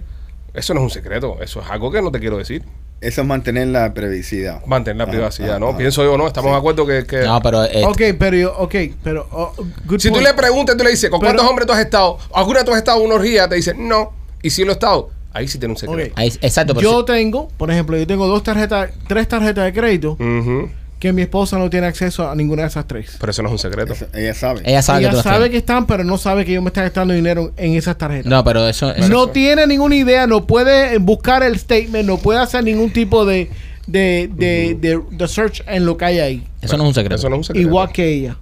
Speaker 1: Eso no es un secreto, eso es algo que no te quiero decir.
Speaker 4: Eso es mantener la privacidad.
Speaker 1: Mantener la
Speaker 3: Ah,
Speaker 4: Ajá,
Speaker 1: privacidad,
Speaker 4: ajá,
Speaker 1: ¿no?
Speaker 4: ajá.
Speaker 1: Pienso yo, ¿no? Estamos de acuerdo que... que-
Speaker 2: No, pero eh,
Speaker 3: Ok, pero yo, ok, pero. oh, good
Speaker 1: Si tú
Speaker 3: point.
Speaker 1: le preguntas, tú le dices, ¿con
Speaker 3: Pero-
Speaker 1: cuántos hombres tú has estado? ¿Alguna tú has estado en una orgía? Te dice, no. Y si lo he estado, ahí sí tiene un secreto.
Speaker 3: Ok.
Speaker 2: ahí- exacto, pero
Speaker 3: Yo
Speaker 2: sí.
Speaker 3: tengo, por ejemplo, yo tengo dos tarjetas, tres tarjetas de crédito
Speaker 1: Mm. Ujú.
Speaker 3: que mi esposa no tiene acceso a ninguna de esas tres.
Speaker 1: Pero eso no es un secreto.
Speaker 4: Eso- ella sabe.
Speaker 2: ella sabe que tú
Speaker 3: ella
Speaker 2: las
Speaker 3: sabe
Speaker 2: tienes.
Speaker 3: que están, pero no sabe que yo me estoy gastando dinero en esas tarjetas.
Speaker 2: No, pero eso, eso-
Speaker 3: no tiene ninguna idea, no puede buscar el statement, no puede hacer ningún tipo de, de, de, de- de search en lo que hay ahí.
Speaker 2: eso no es un secreto.
Speaker 1: Eso no es un secreto.
Speaker 3: Igual que ella.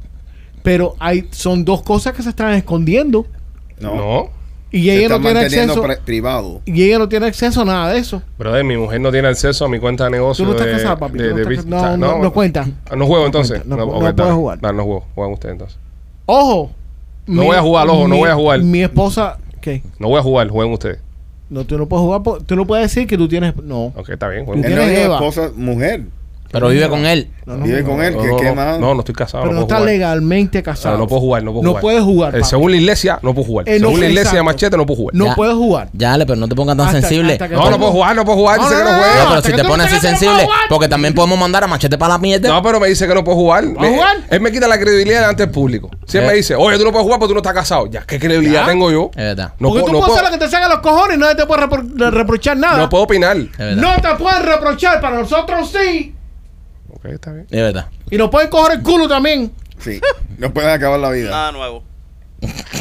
Speaker 3: Pero hay, son dos cosas que se están escondiendo
Speaker 1: No.
Speaker 4: No.
Speaker 3: y
Speaker 4: Se
Speaker 3: ella
Speaker 4: está
Speaker 3: no tiene
Speaker 4: manteniendo
Speaker 3: acceso.
Speaker 4: pri- privado.
Speaker 3: Y ella no tiene acceso a nada de eso.
Speaker 1: Brother, eh, mi mujer no tiene acceso a mi cuenta de negocio.
Speaker 3: Tú no estás
Speaker 1: de-
Speaker 3: casada, papi, tú
Speaker 1: de-
Speaker 3: no
Speaker 1: de
Speaker 3: estás
Speaker 1: Vista.
Speaker 3: casada. No, no, no cuenta.
Speaker 1: Ah, No juego entonces.
Speaker 3: No cuenta, no-
Speaker 1: ok,
Speaker 3: no puedes
Speaker 1: dale.
Speaker 3: jugar.
Speaker 1: Dale, no juego. Juegan ustedes entonces.
Speaker 3: Ojo.
Speaker 1: No voy a jugar, ojo, no voy a jugar.
Speaker 3: Mi esposa, ¿qué?
Speaker 1: No voy a jugar, jueguen ustedes.
Speaker 3: No, tú no puedes jugar, por- tú no puedes decir que tú tienes, no.
Speaker 1: Ok, está bien.
Speaker 3: Tú
Speaker 1: jueguen.
Speaker 4: Él no
Speaker 3: tienes
Speaker 4: es una
Speaker 3: Eva.
Speaker 4: esposa, mujer.
Speaker 2: Pero vive con él.
Speaker 3: No, no,
Speaker 4: Vive
Speaker 3: no.
Speaker 4: con él,
Speaker 1: No,
Speaker 4: que
Speaker 1: no,
Speaker 4: qué
Speaker 1: no,
Speaker 4: más.
Speaker 1: no, no estoy casado.
Speaker 3: Pero no,
Speaker 1: no puedo
Speaker 3: está
Speaker 1: jugar.
Speaker 3: legalmente
Speaker 1: Ah,
Speaker 3: casado.
Speaker 1: No, puedo jugar, no puedo
Speaker 3: No
Speaker 1: jugar.
Speaker 3: puedes jugar,
Speaker 1: Eh,
Speaker 3: papi.
Speaker 1: según la iglesia, no puedo jugar.
Speaker 3: Eh, no,
Speaker 1: según la iglesia
Speaker 3: exacto.
Speaker 1: machete, no puedo jugar.
Speaker 3: No
Speaker 2: Ya.
Speaker 3: puedes jugar.
Speaker 2: Ya, pero no te pongas tan
Speaker 3: Hasta-
Speaker 2: sensible.
Speaker 3: hasta que
Speaker 1: No, no puedo jugar, no puedo jugar.
Speaker 3: No,
Speaker 1: Dice que
Speaker 3: no,
Speaker 1: no
Speaker 3: no,
Speaker 1: juega.
Speaker 2: No, pero
Speaker 3: hasta
Speaker 2: si
Speaker 3: que
Speaker 2: te
Speaker 3: tú
Speaker 2: pones
Speaker 3: no
Speaker 2: así
Speaker 3: te quedes
Speaker 2: sensible,
Speaker 3: con Juan.
Speaker 2: porque también podemos mandar a Machete para la mierda.
Speaker 1: No, pero me dice que no puedo jugar. Me-
Speaker 3: jugar?
Speaker 1: Él me quita la credibilidad delante del público. Si él
Speaker 2: Eh.
Speaker 1: me dice, oye, tú no puedes jugar porque tú no estás casado. Ya, ¿qué credibilidad
Speaker 3: Ya.
Speaker 1: tengo yo?
Speaker 2: Es verdad.
Speaker 1: No,
Speaker 3: Porque
Speaker 1: puedo,
Speaker 3: tú
Speaker 1: no,
Speaker 3: puedes
Speaker 1: puedo,
Speaker 3: hacer lo que te salga a los cojones y nadie te puede repro- re- reprochar nada.
Speaker 1: no puedo opinar.
Speaker 2: Es verdad.
Speaker 3: No te pueden reprochar, para nosotros sí.
Speaker 1: Ok, está bien.
Speaker 2: Es verdad.
Speaker 3: Y nos pueden coger el culo también.
Speaker 4: Sí. No pueden acabar la vida.
Speaker 5: Nada nuevo.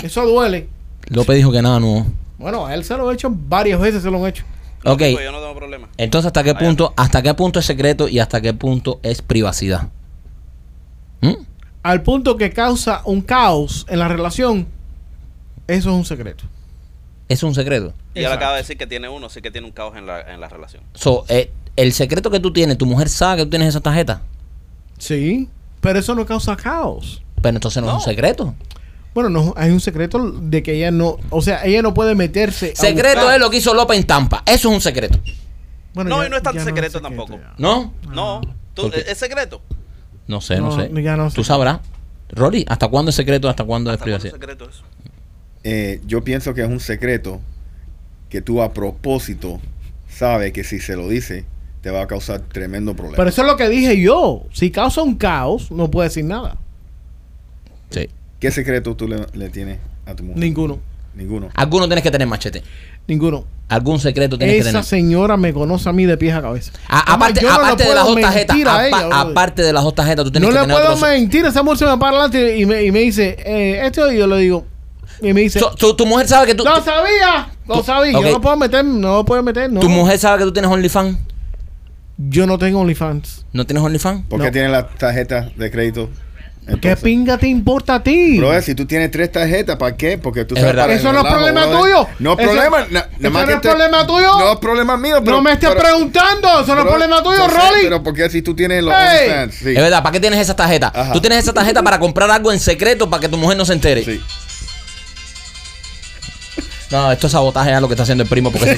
Speaker 3: Eso duele.
Speaker 2: López dijo que nada nuevo.
Speaker 3: Bueno, a él se lo he hecho varias veces, se lo han hecho.
Speaker 2: Ok.
Speaker 5: Digo, yo no tengo problema.
Speaker 2: Entonces, ¿hasta qué
Speaker 5: Allá.
Speaker 2: punto, hasta qué punto es secreto y hasta qué punto es privacidad? ¿Mm?
Speaker 3: Al punto que causa un caos en la relación. Eso es un secreto.
Speaker 2: Es un secreto.
Speaker 5: Y él acaba de decir que tiene uno, sí que tiene un caos en la, en la relación.
Speaker 2: So, eh, el secreto que tú tienes, tu mujer sabe que tú tienes esa tarjeta,
Speaker 3: Sí. Pero eso no causa caos.
Speaker 2: pero entonces no,
Speaker 5: No.
Speaker 2: es un secreto.
Speaker 3: Bueno, no, hay un secreto de que ella no, o sea, ella no puede meterse. a
Speaker 2: Secreto
Speaker 3: buscar-
Speaker 2: es lo que hizo López en Tampa. Eso es un secreto.
Speaker 3: Bueno,
Speaker 5: No,
Speaker 3: ya-
Speaker 5: y no es tan
Speaker 3: ya
Speaker 5: secreto tampoco.
Speaker 3: ya.
Speaker 2: ¿No?
Speaker 5: No, tú-
Speaker 2: ¿Por qué?
Speaker 5: es secreto.
Speaker 2: No sé, no,
Speaker 3: No,
Speaker 2: sé.
Speaker 3: ya no sé.
Speaker 2: Tú sabrás. Rory, ¿hasta cuándo es secreto? ¿Hasta cuándo es
Speaker 5: ¿Hasta cuándo es
Speaker 2: privacidad?
Speaker 5: secreto eso?
Speaker 4: Eh, yo pienso que es un secreto que tú a propósito sabes que si se lo dice te va a causar tremendo problema.
Speaker 3: Pero eso es lo que dije yo. Si causa un caos, no puede decir nada.
Speaker 2: Sí.
Speaker 4: ¿Qué secreto tú le, le tienes a tu mujer?
Speaker 3: Ninguno.
Speaker 4: Ninguno.
Speaker 2: Alguno tienes que tener machete.
Speaker 3: Ninguno.
Speaker 2: Algún secreto tienes que
Speaker 3: Esa
Speaker 2: tener.
Speaker 3: señora me conoce a mí de pies a cabeza.
Speaker 2: A- aparte,
Speaker 3: Además, yo no le
Speaker 2: aparte de
Speaker 3: puedo
Speaker 2: las dos tarjetas,
Speaker 3: mentir a
Speaker 2: apa-
Speaker 3: ella, brother.
Speaker 2: aparte de las dos tarjetas, tú tienes
Speaker 3: No
Speaker 2: que
Speaker 3: le
Speaker 2: tener
Speaker 3: puedo
Speaker 2: otro-
Speaker 3: mentir. Esa mujer se me para adelante y me, y me dice, eh, esto y yo le digo, y me dice,
Speaker 2: So, tu, tu mujer sabe que tú,
Speaker 3: lo
Speaker 2: tu-
Speaker 3: sabía, lo
Speaker 2: tú-
Speaker 3: sabía.
Speaker 2: ok.
Speaker 3: Yo no puedo meter, no puedo meter. No.
Speaker 2: tu mujer sabe que tú tienes OnlyFans.
Speaker 3: Yo no tengo OnlyFans.
Speaker 2: ¿No tienes OnlyFans?
Speaker 4: ¿Por
Speaker 3: No.
Speaker 4: qué tienes la tarjeta de crédito?
Speaker 3: ¿Qué
Speaker 4: Entonces,
Speaker 3: pinga te importa a ti?
Speaker 4: Brother, si tú tienes tres tarjetas, ¿para qué? Porque tú
Speaker 2: Es verdad.
Speaker 4: para el
Speaker 2: Eso
Speaker 3: no es
Speaker 4: relajo,
Speaker 3: problema
Speaker 4: brother.
Speaker 3: tuyo.
Speaker 4: No es
Speaker 3: Eso-
Speaker 4: problema. na-
Speaker 3: eso
Speaker 4: nada más
Speaker 3: no
Speaker 4: que
Speaker 3: es problema tuyo.
Speaker 4: No es problema mío. pero-
Speaker 3: no me estés
Speaker 4: pero-
Speaker 3: preguntando, eso no es
Speaker 4: pero-
Speaker 3: problema tuyo,
Speaker 4: yo sé,
Speaker 3: Rolly.
Speaker 4: Pero porque si tú tienes los
Speaker 3: Hey.
Speaker 4: OnlyFans, sí.
Speaker 2: Es verdad, ¿para qué tienes esa tarjeta?
Speaker 4: Ajá.
Speaker 2: Tú tienes esa tarjeta para comprar algo en secreto para que tu mujer no se entere.
Speaker 4: Sí.
Speaker 2: No, esto es sabotaje a lo que está haciendo el primo porque...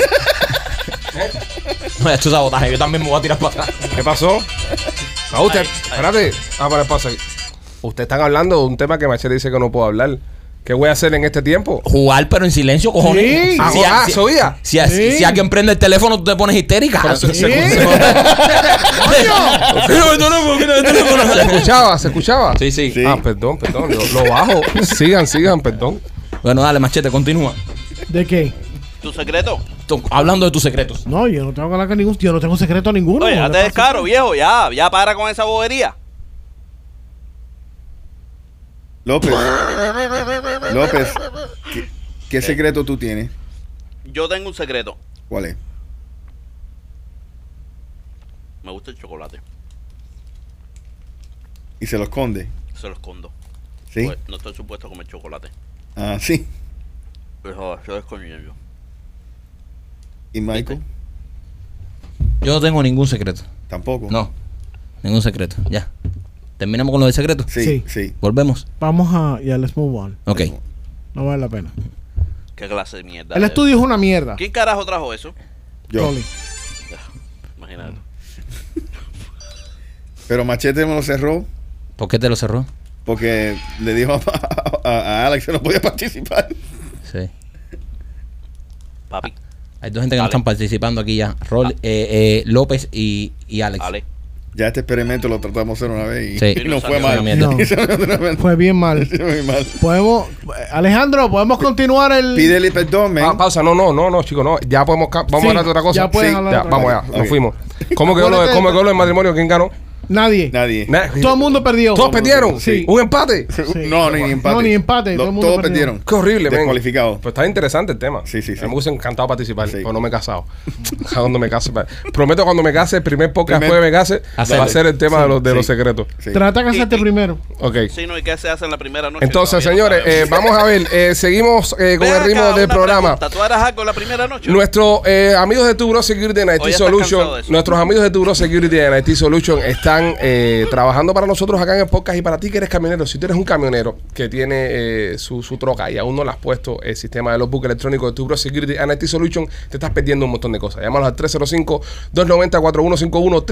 Speaker 2: no, esto es sabotaje, yo también me voy a tirar para atrás.
Speaker 1: ¿Qué
Speaker 3: (laughs)
Speaker 1: pasó? No, usted,
Speaker 5: Ay, ay.
Speaker 1: espérate. Ah, para el paso ahí. Ustedes están hablando de un tema que Machete dice que no puedo hablar. ¿Qué voy a hacer en este tiempo?
Speaker 2: Jugar pero en silencio, cojones.
Speaker 3: Sí.
Speaker 1: Ah,
Speaker 2: Si,
Speaker 1: ah,
Speaker 2: si-
Speaker 1: ¿sabía?
Speaker 2: si- si-
Speaker 3: Sí.
Speaker 2: si alguien prende el teléfono, tú te pones histérica.
Speaker 3: Ah,
Speaker 1: se-
Speaker 2: (laughs) Sí.
Speaker 1: se- se-
Speaker 3: (laughs)
Speaker 1: ¿Se escuchaba? ¿Se escuchaba?
Speaker 2: Sí, sí.
Speaker 4: Sí.
Speaker 1: Ah, perdón, perdón. Lo, lo bajo. Sigan, sigan, perdón.
Speaker 2: Bueno, dale, machete, continúa.
Speaker 3: ¿De qué?
Speaker 5: ¿Tu secreto?
Speaker 2: Tú- hablando de tus secretos.
Speaker 3: No, yo no tengo que hablar con ningún, yo no tengo secreto ninguno.
Speaker 5: Oye, ya
Speaker 3: ¿Qué
Speaker 5: te
Speaker 3: pasa?
Speaker 5: descaro, viejo. Ya, ya para con esa bobería.
Speaker 4: López. López. ¿qué, qué secreto tú tienes?
Speaker 5: Yo tengo un secreto.
Speaker 4: ¿Cuál es?
Speaker 5: Me gusta el chocolate.
Speaker 4: Y se lo esconde.
Speaker 5: Se lo escondo.
Speaker 4: ¿Sí?
Speaker 5: Pues, no estoy supuesto a comer chocolate.
Speaker 4: Ah, sí.
Speaker 5: Pero yo desconozco.
Speaker 4: ¿Y Michael?
Speaker 2: Yo no tengo ningún secreto.
Speaker 4: Tampoco.
Speaker 2: No. Ningún secreto. Ya. Terminamos con lo de secreto.
Speaker 4: Sí,
Speaker 3: Sí.
Speaker 4: sí.
Speaker 2: Volvemos.
Speaker 3: Vamos a. Ya, let's move on.
Speaker 2: Ok.
Speaker 3: No vale la pena.
Speaker 5: Qué clase de mierda.
Speaker 3: El
Speaker 5: de-
Speaker 3: estudio es una mierda.
Speaker 5: ¿Quién carajo trajo eso?
Speaker 4: Yo.
Speaker 3: Rolly.
Speaker 5: Imagínate.
Speaker 4: Pero Machete me lo cerró
Speaker 2: ¿Por qué te lo cerró?
Speaker 4: porque le dijo a, a- a Alex que no podía participar.
Speaker 2: Sí.
Speaker 5: Papi,
Speaker 2: Hay dos gente que no
Speaker 5: Dale.
Speaker 2: están participando aquí ya. Rol, eh, eh, López y, y Alex.
Speaker 5: Ale.
Speaker 4: Ya este experimento lo tratamos de hacer una vez y,
Speaker 2: Sí.
Speaker 4: y no fue
Speaker 5: Fue
Speaker 4: mal.
Speaker 2: una mierda.
Speaker 1: (laughs)
Speaker 4: Y salió de una vez.
Speaker 3: Fue bien mal.
Speaker 4: Salió muy mal.
Speaker 3: Podemos. Alejandro, podemos continuar el.
Speaker 4: Pídele perdón, man.
Speaker 1: Ah, pausa, no, no, no, no, chicos, no. Ya podemos. ca- Vamos
Speaker 3: Sí,
Speaker 1: a hablar de otra cosa.
Speaker 3: ya puedes
Speaker 1: Sí,
Speaker 3: hablar de otra
Speaker 1: vamos
Speaker 4: cosa.
Speaker 1: ya,
Speaker 4: Ok.
Speaker 1: nos fuimos. ¿Cómo quedó lo de, cómo quedó lo del matrimonio? ¿Quién ganó?
Speaker 3: Nadie.
Speaker 4: Nadie.
Speaker 1: Na-
Speaker 3: Todo el mundo perdió.
Speaker 1: ¿Todos perdieron?
Speaker 4: Sí.
Speaker 1: ¿Un empate?
Speaker 3: Sí.
Speaker 4: No, ni empate.
Speaker 3: No, ni empate,
Speaker 4: Lo-
Speaker 3: todo el mundo
Speaker 4: todos
Speaker 3: perdió.
Speaker 4: perdieron.
Speaker 1: Qué horrible, men.
Speaker 4: Descualificado.
Speaker 1: Pues está interesante el tema.
Speaker 4: Sí, sí, sí.
Speaker 1: A mí Me hubiese encantado participar,
Speaker 4: Sí.
Speaker 1: pero no me he casado. (laughs) cuando me case. pa- Prometo cuando me case, el primer podcast
Speaker 4: Primer-
Speaker 1: después de me case,
Speaker 2: Hacerlo.
Speaker 1: va a ser el tema de, los, de
Speaker 4: Sí.
Speaker 1: los secretos.
Speaker 4: Sí.
Speaker 3: Trata de casarte
Speaker 5: Sí.
Speaker 3: primero.
Speaker 1: Ok.
Speaker 5: Sí, no, ¿y qué se hace en la primera noche?
Speaker 1: Entonces,
Speaker 5: Todavía no
Speaker 1: señores, eh,
Speaker 5: sabemos.
Speaker 1: vamos a ver. eh, seguimos eh, con
Speaker 5: Ven
Speaker 1: el ritmo
Speaker 5: acá,
Speaker 1: del
Speaker 5: una
Speaker 1: programa.
Speaker 5: pregunta. ¿Tú harás algo en la primera noche?
Speaker 1: Nuestros eh, amigos de Tubro Security and
Speaker 5: Hoy
Speaker 1: IT
Speaker 5: estás
Speaker 1: Solution,
Speaker 5: cansado de eso.
Speaker 1: nuestros amigos de Tubro Security and IT Solution están eh, trabajando para nosotros acá en el podcast y para ti que eres camionero. Si tú eres un camionero que tiene eh, su, su troca y aún no le has puesto el sistema de logbook electrónico de Tubro Security and IT Solution, te estás perdiendo un montón de cosas. Llámalos al 305-290-4151,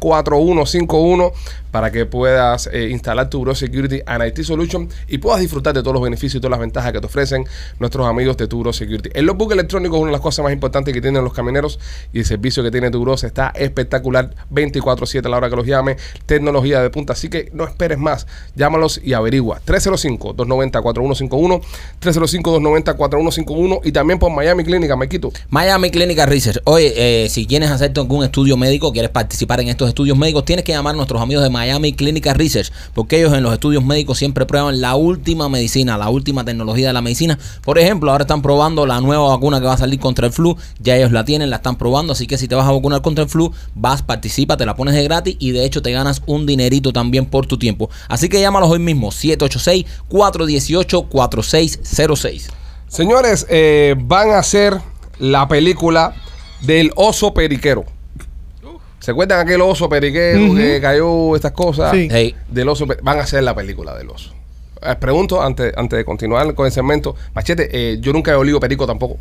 Speaker 1: 305-290-4151 para que puedas eh, instalar tu Bro Security and IT Solution y puedas disfrutar de todos los beneficios y todas las ventajas que te ofrecen nuestros amigos de Turo Security. El logbook electrónico es una de las cosas más importantes que tienen los camioneros y el servicio que tiene Turo está espectacular 24/7 a la hora que los llame, tecnología de punta, así que no esperes más, llámalos y averigua 305-290-4151, 305-290-4151 y también por Miami Clínica, me quito.
Speaker 2: Miami Clinical Research. Oye, eh, si quieres hacerte algún estudio médico, quieres participar en estos estudios médicos, tienes que llamar a nuestros amigos de Miami Clinical Research, porque ellos en los estudios médicos siempre prueban la última medicina, la última tecnología de la medicina. Por ejemplo, ahora están probando la nueva vacuna que va a salir contra el flu, ya ellos la tienen, la están probando, así que si te vas a vacunar contra el flu, vas, participa, te la pones de gratis y de hecho te ganas un dinerito también por tu tiempo. Así que llámalos hoy mismo, 786-418-4606.
Speaker 1: Señores, eh, van a hacer la película del oso periquero. ¿Se acuerdan aquel oso periquero
Speaker 3: Ujú.
Speaker 1: que cayó estas cosas?
Speaker 3: Sí.
Speaker 2: Hey.
Speaker 1: Del oso pe- van a hacer la película del oso. Les pregunto antes, antes de continuar con el segmento, Machete, eh, yo nunca he olido perico tampoco.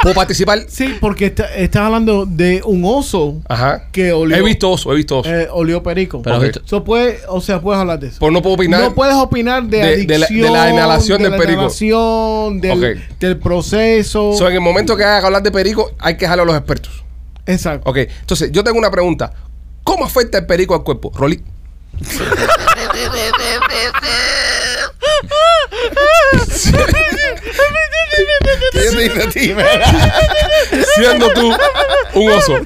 Speaker 1: ¿Puedo participar?
Speaker 3: Sí, porque está- estás hablando de un oso
Speaker 1: Ajá.
Speaker 3: que olió.
Speaker 1: Ah. He visto oso, he visto oso.
Speaker 3: eh, olió perico.
Speaker 2: Pero
Speaker 1: Ok.
Speaker 2: has visto-
Speaker 3: Eso puede, o sea, puedes hablar de eso.
Speaker 1: Pues no puedo opinar.
Speaker 3: no puedes opinar de,
Speaker 1: de-
Speaker 3: adicción,
Speaker 1: de la- de la inhalación
Speaker 3: de
Speaker 1: del
Speaker 3: la
Speaker 1: perico.
Speaker 3: inhalación, del,
Speaker 1: Ok.
Speaker 3: del proceso.
Speaker 1: So, en el momento que haga que hablar de perico, hay que dejarlo a los expertos.
Speaker 3: Exacto.
Speaker 1: Ok, entonces yo tengo una pregunta. ¿Cómo afecta el perico al cuerpo? Rolly.
Speaker 4: ¿Qué yo te dije a ti, man?
Speaker 1: siendo tú un oso.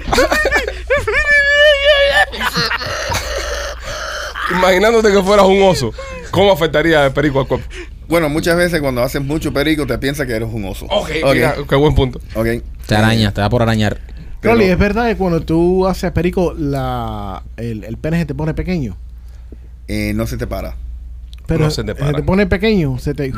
Speaker 1: Imaginándote que fueras un oso, ¿cómo afectaría el perico al cuerpo?
Speaker 4: Bueno, muchas veces cuando haces mucho perico te piensas que eres un oso.
Speaker 1: Ok, mira, qué buen punto.
Speaker 4: Ok.
Speaker 2: Te araña, te da por arañar.
Speaker 4: Pero-
Speaker 3: Rolly, ¿es verdad que cuando tú haces perico, la, el, el pene se te pone pequeño?
Speaker 4: Eh, no se te para.
Speaker 3: Pero
Speaker 1: No se te para.
Speaker 3: pone pequeño, se te...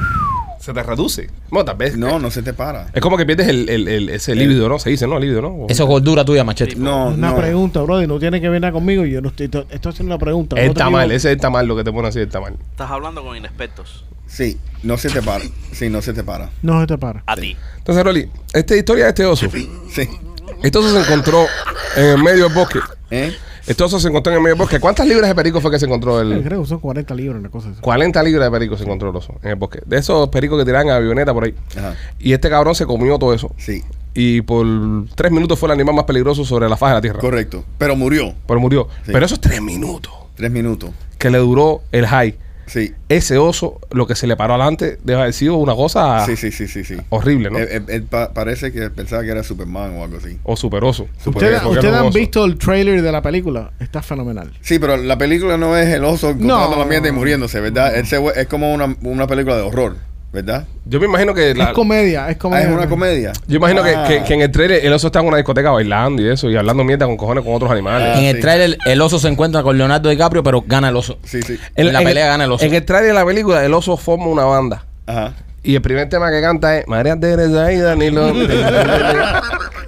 Speaker 1: Se te reduce. Bueno, tal vez.
Speaker 4: No, no se te para.
Speaker 1: Es como que pierdes el, el, el- ese líbido, ¿no? Se dice, ¿no? Líbido, ¿no?
Speaker 2: Eso es gordura tuya, machete.
Speaker 4: No,
Speaker 3: una
Speaker 4: no.
Speaker 3: pregunta, brother, no tiene que ver nada conmigo. Yo no estoy, to- estoy haciendo una pregunta.
Speaker 1: El
Speaker 3: no te
Speaker 1: tamal,
Speaker 3: digo-
Speaker 1: ese es el tamal, lo que te pone así, el tamal.
Speaker 5: Estás hablando con inexpertos.
Speaker 4: Sí, no se te para. Sí, no se te para.
Speaker 3: No se te para.
Speaker 5: A ti.
Speaker 1: Entonces, Rolly, esta historia de este oso.
Speaker 4: Sí.
Speaker 1: Este oso se encontró en el medio del bosque.
Speaker 4: ¿Eh?
Speaker 1: Este oso se encontró en el medio del bosque. ¿Cuántas libras de perico fue que se encontró
Speaker 3: Yo
Speaker 1: el...?
Speaker 3: Eh, Creo que son 40 libras, una cosa así.
Speaker 1: 40 libras de perico se encontró el oso en el bosque. De esos pericos que tiraban a avioneta por ahí.
Speaker 4: Ajá.
Speaker 1: Y este cabrón se comió todo eso.
Speaker 4: Sí,
Speaker 1: Y por tres minutos fue el animal más peligroso sobre la faz de la tierra.
Speaker 4: correcto. Pero murió.
Speaker 1: Pero murió.
Speaker 4: Sí.
Speaker 1: Pero esos tres minutos
Speaker 4: Tres minutos.
Speaker 1: que le duró el high.
Speaker 4: Sí.
Speaker 1: Ese oso, lo que se le paró adelante, debe haber sido una cosa
Speaker 4: Sí, sí, sí, sí, sí.
Speaker 1: Ah. horrible, ¿no?
Speaker 4: Eh, eh, eh, pa- parece que pensaba que era Superman o algo así.
Speaker 1: o superoso.
Speaker 3: Ustedes
Speaker 1: Porque- porque
Speaker 3: ustedes
Speaker 1: era un
Speaker 3: han
Speaker 1: oso.
Speaker 3: visto el trailer de la película. Está fenomenal.
Speaker 4: Sí, pero la película no es el oso encontrando
Speaker 3: No.
Speaker 4: la mierda y muriéndose, ¿verdad? Ese we- es como una, una película de horror, ¿verdad?
Speaker 1: Yo me imagino que... la-
Speaker 3: Es comedia, es
Speaker 4: Ah,
Speaker 3: comedia.
Speaker 4: es una comedia.
Speaker 1: yo imagino que-
Speaker 4: Ah.
Speaker 1: que, que en el trailer el oso está en una discoteca bailando y eso, y hablando mierda con cojones con otros animales.
Speaker 4: Ah,
Speaker 2: en el
Speaker 4: sí.
Speaker 2: trailer, el oso se encuentra con Leonardo DiCaprio, pero gana el oso.
Speaker 4: Sí, sí.
Speaker 2: En la pelea gana el oso.
Speaker 1: En el trailer de la película, el oso forma una banda.
Speaker 4: Ajá.
Speaker 1: Y el primer tema que canta es María Teresa y Danilo.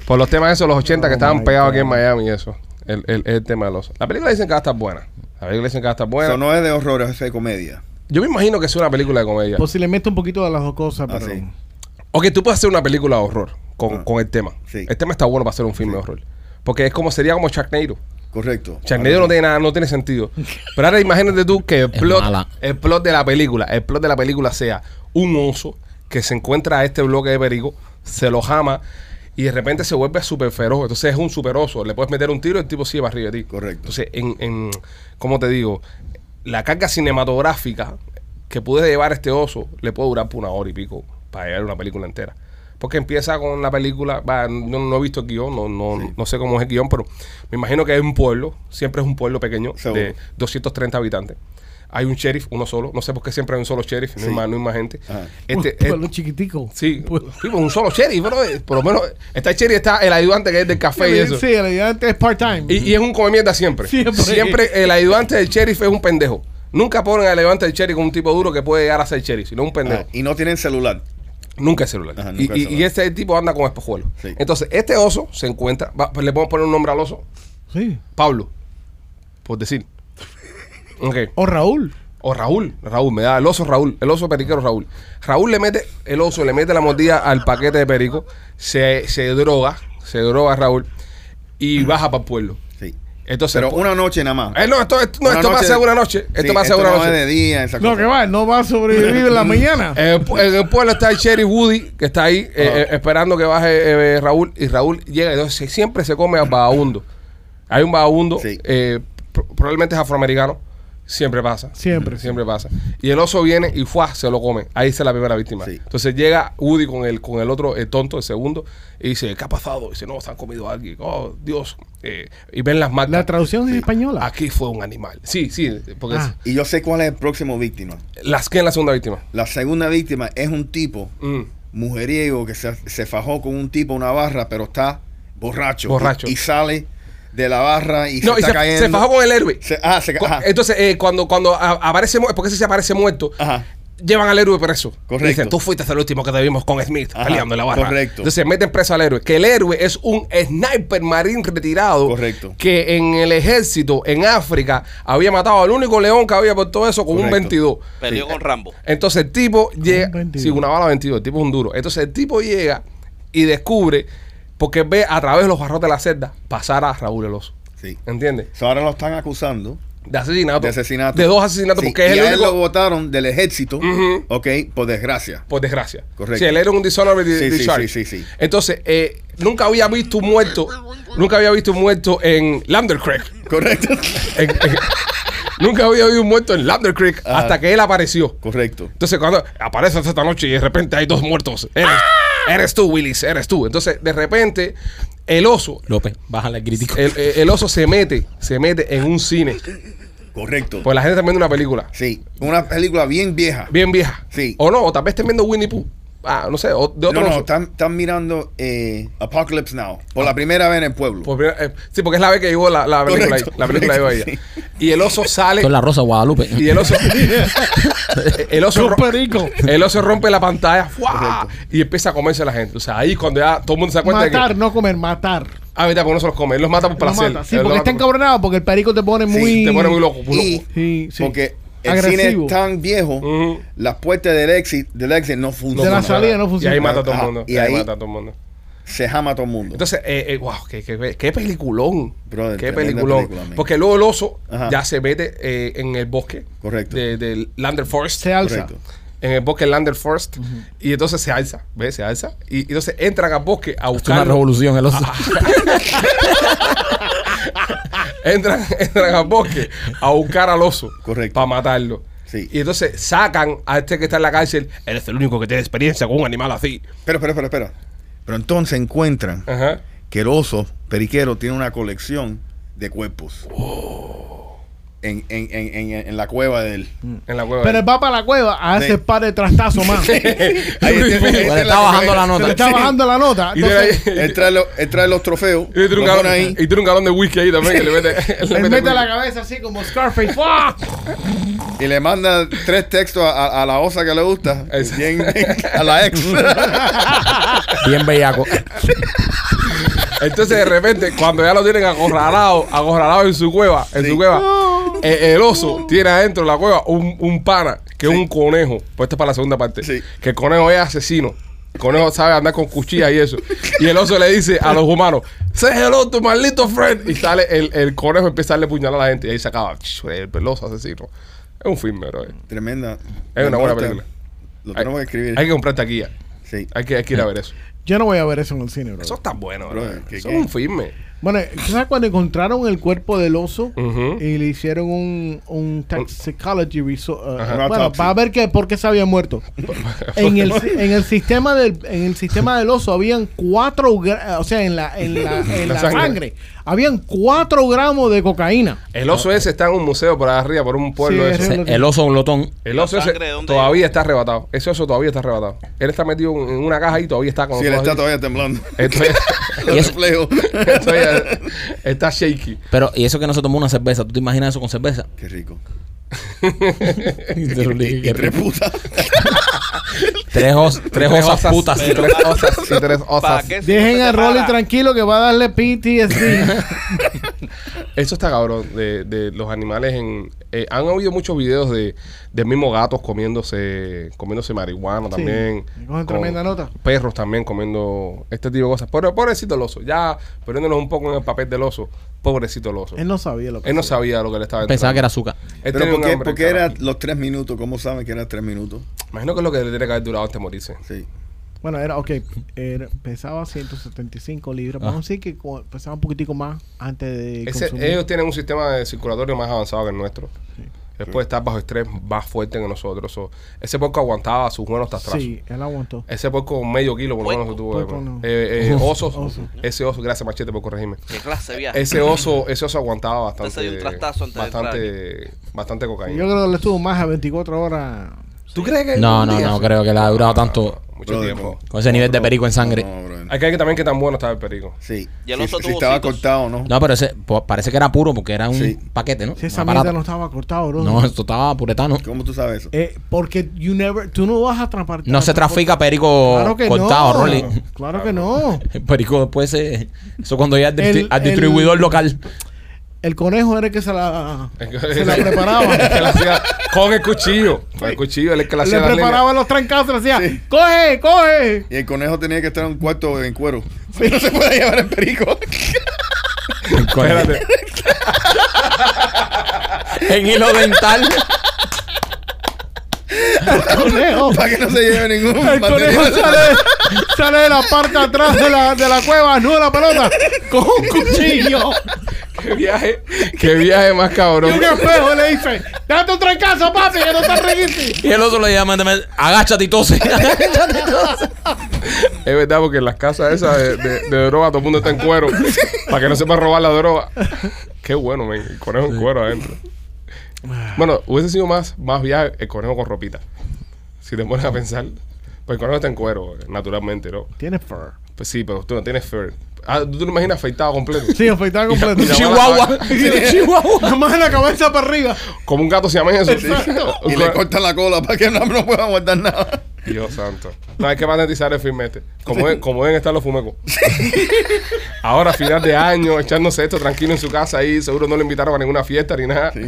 Speaker 1: Por los temas esos, los 80 que estaban pegados aquí en Miami y eso. El, el, el tema de los... La película dicen que va a estar buena. La película dicen que va a estar buena.
Speaker 4: Eso no es de horror, es de comedia.
Speaker 1: Yo me imagino que es una película de comedia.
Speaker 3: Posiblemente un poquito de las dos cosas,
Speaker 4: Ah,
Speaker 3: pero...
Speaker 4: sí.
Speaker 1: Ok, tú puedes hacer una película de horror con,
Speaker 4: Ah.
Speaker 1: con el tema.
Speaker 4: Sí.
Speaker 1: El tema está bueno para hacer un filme de horror. Porque es como sería como Sharknado.
Speaker 4: Correcto.
Speaker 1: Sharknado no tiene nada, no tiene sentido. Pero ahora imagínate tú que el
Speaker 2: Es
Speaker 1: plot,
Speaker 2: mala.
Speaker 1: el plot de la película, el plot de la película sea un oso que se encuentra a este bloque de perico, se lo jama y de repente se vuelve súper feroz. Entonces es un super oso. Le puedes meter un tiro y el tipo sigue para arriba de ti.
Speaker 4: Correcto.
Speaker 1: Entonces, en, en ¿cómo te digo? La carga cinematográfica que pude llevar este oso le puede durar por una hora y pico para llevar una película entera. Porque empieza con la película, va, no, no he visto el guión, no, no, no sé cómo es el guión, pero me imagino que es un pueblo, siempre es un pueblo pequeño
Speaker 4: Seguro.
Speaker 1: de 230 habitantes. Hay un sheriff, uno solo, no sé por qué siempre hay un solo sheriff, no, hay,
Speaker 4: Sí. Ah.
Speaker 1: más, no hay más gente.
Speaker 4: Ajá.
Speaker 1: Este,
Speaker 3: Un pueblo
Speaker 1: es-
Speaker 3: chiquitico.
Speaker 1: sí,
Speaker 3: Un pueblo-
Speaker 1: sí, pues un solo sheriff, bro, eh, por lo menos está el sheriff, está el ayudante que es del café y eso.
Speaker 3: Sí, la idea antes es part-time.
Speaker 1: Y, y es un come mierda siempre. siempre.
Speaker 3: Siempre.
Speaker 1: el ayudante del sheriff es un pendejo. Nunca ponen al ayudante del sheriff como un tipo duro que puede llegar a ser sheriff, sino un pendejo.
Speaker 4: Ah, y no tienen celular.
Speaker 1: Nunca es celular.
Speaker 4: Ajá,
Speaker 1: y,
Speaker 4: nunca es
Speaker 1: y- y
Speaker 4: celular.
Speaker 1: este tipo anda con espejuelos.
Speaker 4: Sí.
Speaker 1: Entonces, este oso se encuentra, va- pues le podemos poner un nombre al oso,
Speaker 3: Sí.
Speaker 1: Pablo, por
Speaker 4: (laughs)
Speaker 1: decir. Ok.
Speaker 3: O Raúl.
Speaker 1: O Raúl, Raúl, me da el oso Raúl, el oso periquero Raúl. Raúl le mete, el oso le mete la mordida al paquete de perico, se, se droga, se droga Raúl y baja para el pueblo.
Speaker 4: Sí.
Speaker 1: Entonces,
Speaker 4: Pero
Speaker 1: po-
Speaker 4: una noche nada más.
Speaker 1: Eh, no, esto, esto- no,
Speaker 4: Una
Speaker 1: esto
Speaker 4: noche-
Speaker 1: pasa en una noche. Esto
Speaker 4: Sí,
Speaker 1: pasa en una
Speaker 4: no
Speaker 1: noche.
Speaker 4: es de día, esa
Speaker 3: No,
Speaker 4: cosa.
Speaker 3: que va, no va a
Speaker 1: (laughs)
Speaker 3: sobrevivir en la mañana.
Speaker 1: En el Eh, pu- en el pueblo está el sheriff Woody, que está ahí eh, eh, esperando que baje eh, eh, Raúl. Y Raúl llega y entonces siempre se come a vagabundo. Hay un vagabundo,
Speaker 4: Sí.
Speaker 1: eh, pro- probablemente es afroamericano. Siempre pasa.
Speaker 3: Siempre,
Speaker 1: Siempre pasa. Y el oso viene y ¡fua! se lo come. Ahí está la primera víctima.
Speaker 4: Sí.
Speaker 1: Entonces llega Woody con el, con el otro el tonto, el segundo, y dice, ¿qué ha pasado? Y dice, no, se han comido a alguien. Oh, Dios. Eh, y ven las marcas.
Speaker 3: La traducción es española.
Speaker 1: Aquí fue un animal. Sí, sí, porque
Speaker 3: Ah.
Speaker 4: Y yo sé cuál es el próximo víctima.
Speaker 1: es- las que es la segunda víctima.
Speaker 4: La segunda víctima es un tipo
Speaker 1: Mm.
Speaker 4: mujeriego que se, se fajó con un tipo a una barra, pero está borracho.
Speaker 1: Borracho.
Speaker 4: Y, y sale de la barra y
Speaker 1: No,
Speaker 4: se
Speaker 1: y
Speaker 4: está
Speaker 1: se,
Speaker 4: cayendo.
Speaker 1: se fajó con el héroe.
Speaker 4: Se- ah, se ca-
Speaker 1: Cu-
Speaker 4: ajá.
Speaker 1: Entonces, eh, cuando, cuando a- aparece muerto, porque ese se aparece muerto,
Speaker 4: Ajá.
Speaker 1: llevan al héroe preso.
Speaker 4: Correcto.
Speaker 1: Dicen, tú fuiste hasta el último que te vimos con Smith
Speaker 4: Ajá,
Speaker 1: peleando en la barra.
Speaker 4: correcto.
Speaker 1: Entonces, meten preso al héroe. Que el héroe es un sniper marín retirado.
Speaker 4: Correcto.
Speaker 1: Que en el ejército, en África, había matado al único león que había por todo eso con
Speaker 4: Correcto.
Speaker 1: un 22.
Speaker 5: Peleó con Rambo.
Speaker 1: Entonces el tipo llega.
Speaker 3: 22.
Speaker 1: Sí, una bala 22. El tipo es un duro. Entonces el tipo llega y descubre, porque ve a través de los barrotes de la celda pasar a Raúl el oso.
Speaker 4: Sí.
Speaker 1: ¿Entiendes?
Speaker 4: So, ahora lo están acusando
Speaker 1: De asesinato.
Speaker 4: de asesinato.
Speaker 1: Ah, pues, De dos asesinatos,
Speaker 4: Sí,
Speaker 1: porque es
Speaker 4: y
Speaker 1: el
Speaker 4: a él
Speaker 1: único.
Speaker 4: lo votaron del ejército,
Speaker 1: Ujú.
Speaker 4: ok,
Speaker 1: (laughs)
Speaker 4: por desgracia.
Speaker 1: Por desgracia.
Speaker 4: Correcto.
Speaker 1: Sí, él era un dishonorable
Speaker 4: Sí, sí,
Speaker 1: discharge.
Speaker 4: sí, sí, sí.
Speaker 1: Entonces, eh, nunca había visto un muerto. Nunca había visto un muerto en Lander Creek.
Speaker 4: Correcto.
Speaker 1: En- en- (laughs) nunca había visto un muerto en Lander Creek
Speaker 4: Ah.
Speaker 1: hasta que él apareció.
Speaker 4: Correcto.
Speaker 1: Entonces, cuando apareces esta noche y de repente hay dos muertos, eres,
Speaker 4: ¡Ah!
Speaker 1: eres tú, Willis, eres tú. Entonces, de repente, el oso,
Speaker 2: López, bájale el crítico.
Speaker 1: el, el- el oso se mete, se mete en un cine.
Speaker 4: Correcto.
Speaker 1: Pues la gente está viendo una película
Speaker 4: Sí. Una película bien vieja.
Speaker 1: bien vieja.
Speaker 4: Sí.
Speaker 1: O no, o tal vez estén viendo Winnie Pooh. Ah, no sé, o- de
Speaker 4: No,
Speaker 1: otro.
Speaker 4: no, están, están mirando eh, Apocalypse Now. Por
Speaker 1: Ah.
Speaker 4: la primera vez en el pueblo.
Speaker 1: Por primera- eh, sí, porque es la vez que llevo la, la película,
Speaker 4: Correcto,
Speaker 1: la película llevo
Speaker 4: correcto,
Speaker 1: ella. Y el oso sale.
Speaker 2: Esto es la Rosa de Guadalupe.
Speaker 1: Y el oso. (laughs) el, oso
Speaker 3: Yo,
Speaker 1: ro- (laughs)
Speaker 3: perico.
Speaker 1: el oso rompe la pantalla ¡fua! y empieza a comerse a la gente. O sea, ahí es cuando ya todo el mundo se da cuenta de
Speaker 3: Matar,
Speaker 1: que.
Speaker 3: no comer, matar.
Speaker 1: Ah, mira, porque no se los come. Él los mata por
Speaker 3: No
Speaker 1: placer.
Speaker 3: mata. Sí,
Speaker 1: Él los
Speaker 3: porque
Speaker 1: mata
Speaker 3: está
Speaker 1: por-
Speaker 3: encabronado, porque el perico te pone
Speaker 4: Sí,
Speaker 3: muy.
Speaker 1: Te pone muy loco. muy
Speaker 4: Y-
Speaker 1: loco.
Speaker 3: Sí, sí.
Speaker 4: Porque el cine
Speaker 3: Agresivo.
Speaker 4: es tan viejo,
Speaker 1: Ujú.
Speaker 4: las puertas del exit, del exit no
Speaker 3: De la
Speaker 4: funcionan.
Speaker 3: sala. salida no
Speaker 1: Y ahí
Speaker 3: funciona.
Speaker 1: mata a todo el
Speaker 4: Ah,
Speaker 1: mundo.
Speaker 4: y
Speaker 1: ahí
Speaker 4: ahí-
Speaker 1: mata a todo el mundo.
Speaker 4: Se jama a todo el mundo.
Speaker 1: Entonces, eh, eh, wow, qué, qué- qué peliculón.
Speaker 4: Brother,
Speaker 1: qué
Speaker 4: tremenda
Speaker 1: peliculón.
Speaker 4: película, man.
Speaker 1: Porque luego el oso
Speaker 4: Ajá.
Speaker 1: ya se mete eh, en el bosque
Speaker 4: Correcto.
Speaker 1: de, del Lander Forest.
Speaker 3: Se alza.
Speaker 4: Correcto.
Speaker 1: en el bosque Lander Forest. Y entonces se alza, ¿ves? Se alza. Y, y entonces entran al bosque a
Speaker 2: Es una
Speaker 1: buscar.
Speaker 2: revolución el oso.
Speaker 1: Entran, (laughs) entran al bosque a buscar al oso.
Speaker 4: Correcto.
Speaker 1: Para matarlo.
Speaker 4: Sí.
Speaker 1: Y entonces sacan a este que está en la cárcel. Eres el único que tiene experiencia con un animal así.
Speaker 4: Pero, pero, pero, espera. Pero entonces encuentran
Speaker 1: Ajá.
Speaker 4: que el oso periquero tiene una colección de cuerpos. En, en, en, en, en la cueva de él.
Speaker 1: En la cueva.
Speaker 3: Pero él va para la cueva a
Speaker 4: Sí.
Speaker 3: hacer par de trastazos más. (laughs) le
Speaker 1: (laughs)
Speaker 4: Ahí está- ahí
Speaker 2: Le
Speaker 4: está
Speaker 2: está
Speaker 4: la
Speaker 2: bajando la
Speaker 4: colección.
Speaker 2: nota.
Speaker 3: está (laughs) bajando la nota.
Speaker 1: Y tiene
Speaker 3: Entonces,
Speaker 1: ahí-
Speaker 4: Él trae, lo- él trae los trofeos.
Speaker 1: Y tiene, un
Speaker 4: los
Speaker 1: galón,
Speaker 4: pone ahí.
Speaker 1: y tiene un galón de whisky ahí también. que le mete, (laughs) le
Speaker 3: él mete
Speaker 1: whisky.
Speaker 3: la cabeza así como Scarface. (laughs) ¡Fua!
Speaker 4: Y le manda tres textos a, a- a la osa que le gusta.
Speaker 1: Exacto.
Speaker 4: Bien, a la ex.
Speaker 2: Bien bellaco.
Speaker 1: Entonces de repente, cuando ya lo tienen acorralado, acorralado en su cueva, en
Speaker 4: Sí.
Speaker 1: su cueva, eh, el oso tiene adentro de la cueva un, un pana, que es
Speaker 4: Sí.
Speaker 1: un conejo. Pues esto es para la segunda parte.
Speaker 4: Sí.
Speaker 1: Que el conejo es asesino. El conejo sabe andar con cuchillas y eso. Y el oso le dice a los humanos, say hello to my little friend. Y sale el, el conejo empieza a darle puñal a la gente. Y ahí se acaba. Ch, El peloso asesino. Es un filme, bro.
Speaker 4: Tremenda.
Speaker 1: Es una buena
Speaker 4: nota.
Speaker 1: película.
Speaker 4: Lo
Speaker 1: Hay,
Speaker 4: tenemos que escribir.
Speaker 1: hay que comprar taquilla.
Speaker 4: Sí.
Speaker 1: Hay que, hay que ir a ver eso.
Speaker 3: Yo no voy a ver eso en el cine, bro.
Speaker 1: Eso es tan bueno, bro.
Speaker 4: Bro, ¿qué-
Speaker 1: Eso
Speaker 4: qué?
Speaker 1: es un filme.
Speaker 3: Bueno, ¿tú sabes cuando encontraron el cuerpo del oso
Speaker 1: Ujú.
Speaker 3: y le hicieron un, un toxicology result? uh,
Speaker 4: Ajá.
Speaker 3: bueno,
Speaker 4: Autopsy.
Speaker 3: para ver que, por qué se
Speaker 1: (laughs)
Speaker 3: había muerto. en, el, si- en, el sistema del, en el sistema del oso habían cuatro, gra- o sea, en la,
Speaker 1: (laughs)
Speaker 3: en la, en
Speaker 1: La
Speaker 3: la
Speaker 1: sangre.
Speaker 3: sangre. habían cuatro gramos de cocaína.
Speaker 1: El oso ese está en un museo por allá arriba, por un pueblo
Speaker 3: Sí,
Speaker 1: ese.
Speaker 3: es el-
Speaker 2: El oso glotón.
Speaker 1: El oso
Speaker 5: ¿La
Speaker 1: ese
Speaker 5: sangre de dónde
Speaker 1: todavía
Speaker 5: llegó?
Speaker 1: está arrebatado. Ese oso todavía está arrebatado. Él está metido en en una caja y todavía está con
Speaker 4: Sí,
Speaker 1: los
Speaker 4: él
Speaker 1: ojos
Speaker 4: está
Speaker 1: así.
Speaker 4: todavía temblando.
Speaker 1: Esto es-
Speaker 4: Los
Speaker 2: Y es-
Speaker 4: reflejos. (laughs)
Speaker 1: esto es- está shaky.
Speaker 2: Pero, y eso que no se tomó una cerveza. ¿Tú te imaginas eso con cerveza?
Speaker 4: Qué rico. Y
Speaker 2: Qué
Speaker 4: tres
Speaker 2: rico.
Speaker 4: putas.
Speaker 2: tres, os- tres osas putas.
Speaker 1: Y tres osas. Y tres
Speaker 5: ¿Para
Speaker 1: osas.
Speaker 5: qué se
Speaker 3: Dejen
Speaker 5: separa?
Speaker 3: a Rolly tranquilo que va a darle
Speaker 1: (laughs)
Speaker 3: PTSD.
Speaker 1: Eso está cabrón de, de los animales en... eh, han habido muchos videos de, de mismo gatos comiéndose comiéndose marihuana también.
Speaker 3: Cogen tremenda nota.
Speaker 1: Perros también comiendo este tipo de cosas. Pero pobrecito el oso. Ya poniéndonos un poco en el papel del oso. Pobrecito el oso.
Speaker 3: Él no sabía lo que
Speaker 1: Él no sabía lo que le estaba
Speaker 2: Pensaba que era
Speaker 1: entrando.
Speaker 2: azúcar.
Speaker 1: Él
Speaker 4: Pero
Speaker 1: tenía
Speaker 4: ¿por
Speaker 1: un
Speaker 4: qué,
Speaker 1: hambre,
Speaker 4: por qué era
Speaker 1: carajo.
Speaker 4: los tres minutos? ¿Cómo saben que eran tres minutos?
Speaker 1: Imagino que es lo que le tiene que haber durado este antes de morirse.
Speaker 4: Sí.
Speaker 3: Bueno, era, ok, era- pesaba 175 libras. Vamos a decir que co- pesaba un poquitico más antes de
Speaker 1: Ah. Ese-
Speaker 3: consumir.
Speaker 1: ellos tienen un sistema de circulatorio más avanzado que el nuestro. Él puede estar bajo estrés más fuerte que nosotros. So, ese porco aguantaba sus buenos tastrazos.
Speaker 3: Sí, él aguantó.
Speaker 1: Ese porco con medio kilo, por lo menos,
Speaker 5: Puerco.
Speaker 1: tuvo.
Speaker 3: Puerco
Speaker 1: hermano.
Speaker 3: no.
Speaker 1: Eh, eh, osos.
Speaker 3: Oso.
Speaker 1: Ese oso, gracias, machete, por corregirme.
Speaker 5: ¿Qué clase de viaje?
Speaker 1: Ese oso, ese oso aguantaba bastante.
Speaker 5: Entonces hay un trastazo antes de
Speaker 1: bastante, bastante cocaína.
Speaker 3: Yo creo que le estuvo más a 24 horas.
Speaker 1: ¿Tú crees que.?
Speaker 2: No,
Speaker 1: un
Speaker 2: no,
Speaker 1: día-
Speaker 2: no. Creo que le ha durado tanto
Speaker 1: Ah, Mucho
Speaker 4: Brother,
Speaker 1: tiempo.
Speaker 4: no.
Speaker 2: con ese nivel de perico en sangre.
Speaker 4: No, brother.
Speaker 1: Hay que ver también que tan bueno estaba el perico.
Speaker 4: Sí.
Speaker 5: Y el
Speaker 4: Si-
Speaker 5: oso
Speaker 4: si,
Speaker 5: tuvo
Speaker 4: estaba
Speaker 5: ositos.
Speaker 4: cortado, ¿no?
Speaker 2: No, pero ese po- parece que era puro porque era un
Speaker 4: Sí.
Speaker 2: paquete, ¿no?
Speaker 3: Si
Speaker 2: Un
Speaker 3: esa
Speaker 2: aparato.
Speaker 3: mierda no estaba cortada, bro.
Speaker 2: No, esto estaba puretano.
Speaker 4: ¿Cómo tú sabes eso?
Speaker 3: Eh, porque you never, tú no vas a atrapar.
Speaker 2: No se trafica perico
Speaker 3: Claro que
Speaker 2: cortado,
Speaker 3: no.
Speaker 2: Rolly.
Speaker 3: Claro, que no.
Speaker 2: El (laughs) perico después se... Eso cuando llega al,
Speaker 3: El-
Speaker 2: distri- al
Speaker 3: el-
Speaker 2: distribuidor local.
Speaker 3: El conejo era el que se la,
Speaker 1: (laughs)
Speaker 3: se la
Speaker 1: El que la
Speaker 3: preparaba.
Speaker 1: hacía con el cuchillo. Con el cuchillo, él es el que la hacía
Speaker 3: Le
Speaker 1: la línea.
Speaker 3: preparaba los trancazos, le decía, coge, coge.
Speaker 4: Y el conejo tenía que estar en un cuarto en cuero. (laughs) No se puede llevar el perico. (laughs)
Speaker 2: Con-
Speaker 1: Espérate.
Speaker 2: en hilo dental.
Speaker 3: Conejo.
Speaker 4: (laughs) Para que no se lleve ningún
Speaker 3: El conejo
Speaker 4: material.
Speaker 3: sale, sale de la parte de atrás de la, de la cueva, no de la pelota, con un cuchillo.
Speaker 1: (laughs) Qué viaje, qué viaje más
Speaker 3: Y
Speaker 1: cabrón.
Speaker 3: un espejo le dice, date un trancazo, papi, que no te reíste.
Speaker 2: Y el otro le llama, agáchate y tose. Agáchate y tose.
Speaker 1: Es verdad, porque en las casas esas de, de- de droga todo el mundo está en
Speaker 3: (laughs)
Speaker 1: cuero. para que no sepa robar la droga. Qué bueno, men. El conejo en cuero adentro.
Speaker 3: Ah.
Speaker 1: Bueno, hubiese sido más, más viaje el conejo con ropita. Si te pones a pensar. Pues el conejo está en cuero, naturalmente, ¿no?
Speaker 3: Tiene fur.
Speaker 1: Pues sí, pero tú no tienes fur. Ah, ¿tú te lo imaginas afeitado completo?
Speaker 3: Sí, afeitado
Speaker 1: Y la-
Speaker 3: completo.
Speaker 1: y la
Speaker 3: Chihuahua.
Speaker 2: Chihuahua. (laughs) Chihuahua.
Speaker 3: (laughs) Nada más en la cabeza para arriba.
Speaker 1: Como un gato se llama eso. (laughs) Un
Speaker 4: Y le
Speaker 1: co-
Speaker 4: cortan la cola para que no, no pueda guardar nada.
Speaker 1: Dios santo. No, hay que magnetizar el filme este. Como, es- como deben estar los fumecos. Ahora, a final de año, echándose esto tranquilo en su casa ahí. Seguro no lo invitaron a ninguna fiesta ni nada. (laughs)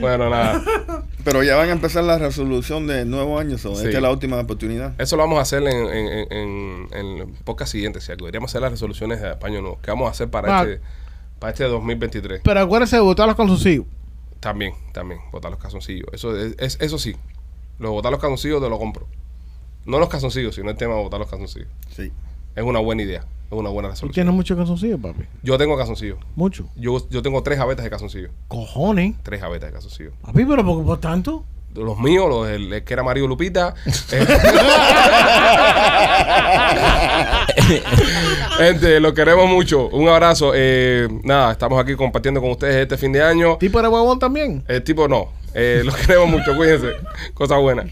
Speaker 1: Bueno, nada.
Speaker 4: Pero ya van a empezar la resolución de nuevo año. so,
Speaker 1: Sí. Eh.
Speaker 4: Esta es la última oportunidad.
Speaker 1: Eso lo vamos a hacer en, en, en, en, en el podcast siguiente, si algo. Deberíamos hacer las resoluciones de España Nuevo. ¿Qué vamos a hacer para,
Speaker 3: Ah.
Speaker 1: este, para este 2023?
Speaker 3: Pero acuérdense de botarlos con sus hijos.
Speaker 1: También, también. Botar los calzoncillos. Eso, es, es- eso sí. Lo de botar los calzoncillos te lo compro. No los calzoncillos, sino el tema de botar los calzoncillos.
Speaker 4: Sí.
Speaker 1: Es una buena idea. Es una buena
Speaker 3: Tú
Speaker 1: resolución.
Speaker 3: tienes mucho calzoncillo, papi.
Speaker 1: Yo tengo calzoncillos.
Speaker 3: Mucho.
Speaker 1: Yo, yo tengo tres abetas de calzoncillo.
Speaker 3: Cojones.
Speaker 1: Tres abetas de calzoncillo.
Speaker 3: Papi, pero por, por tanto.
Speaker 1: Los míos, los el, el que era Mario Lupita. eh, Gente, los queremos mucho. Un abrazo. Eh, nada, estamos aquí compartiendo con ustedes este fin de año.
Speaker 3: Tipo era huevón también.
Speaker 1: eh, El tipo no. Eh, los queremos mucho. Cuídense. Cosa buena.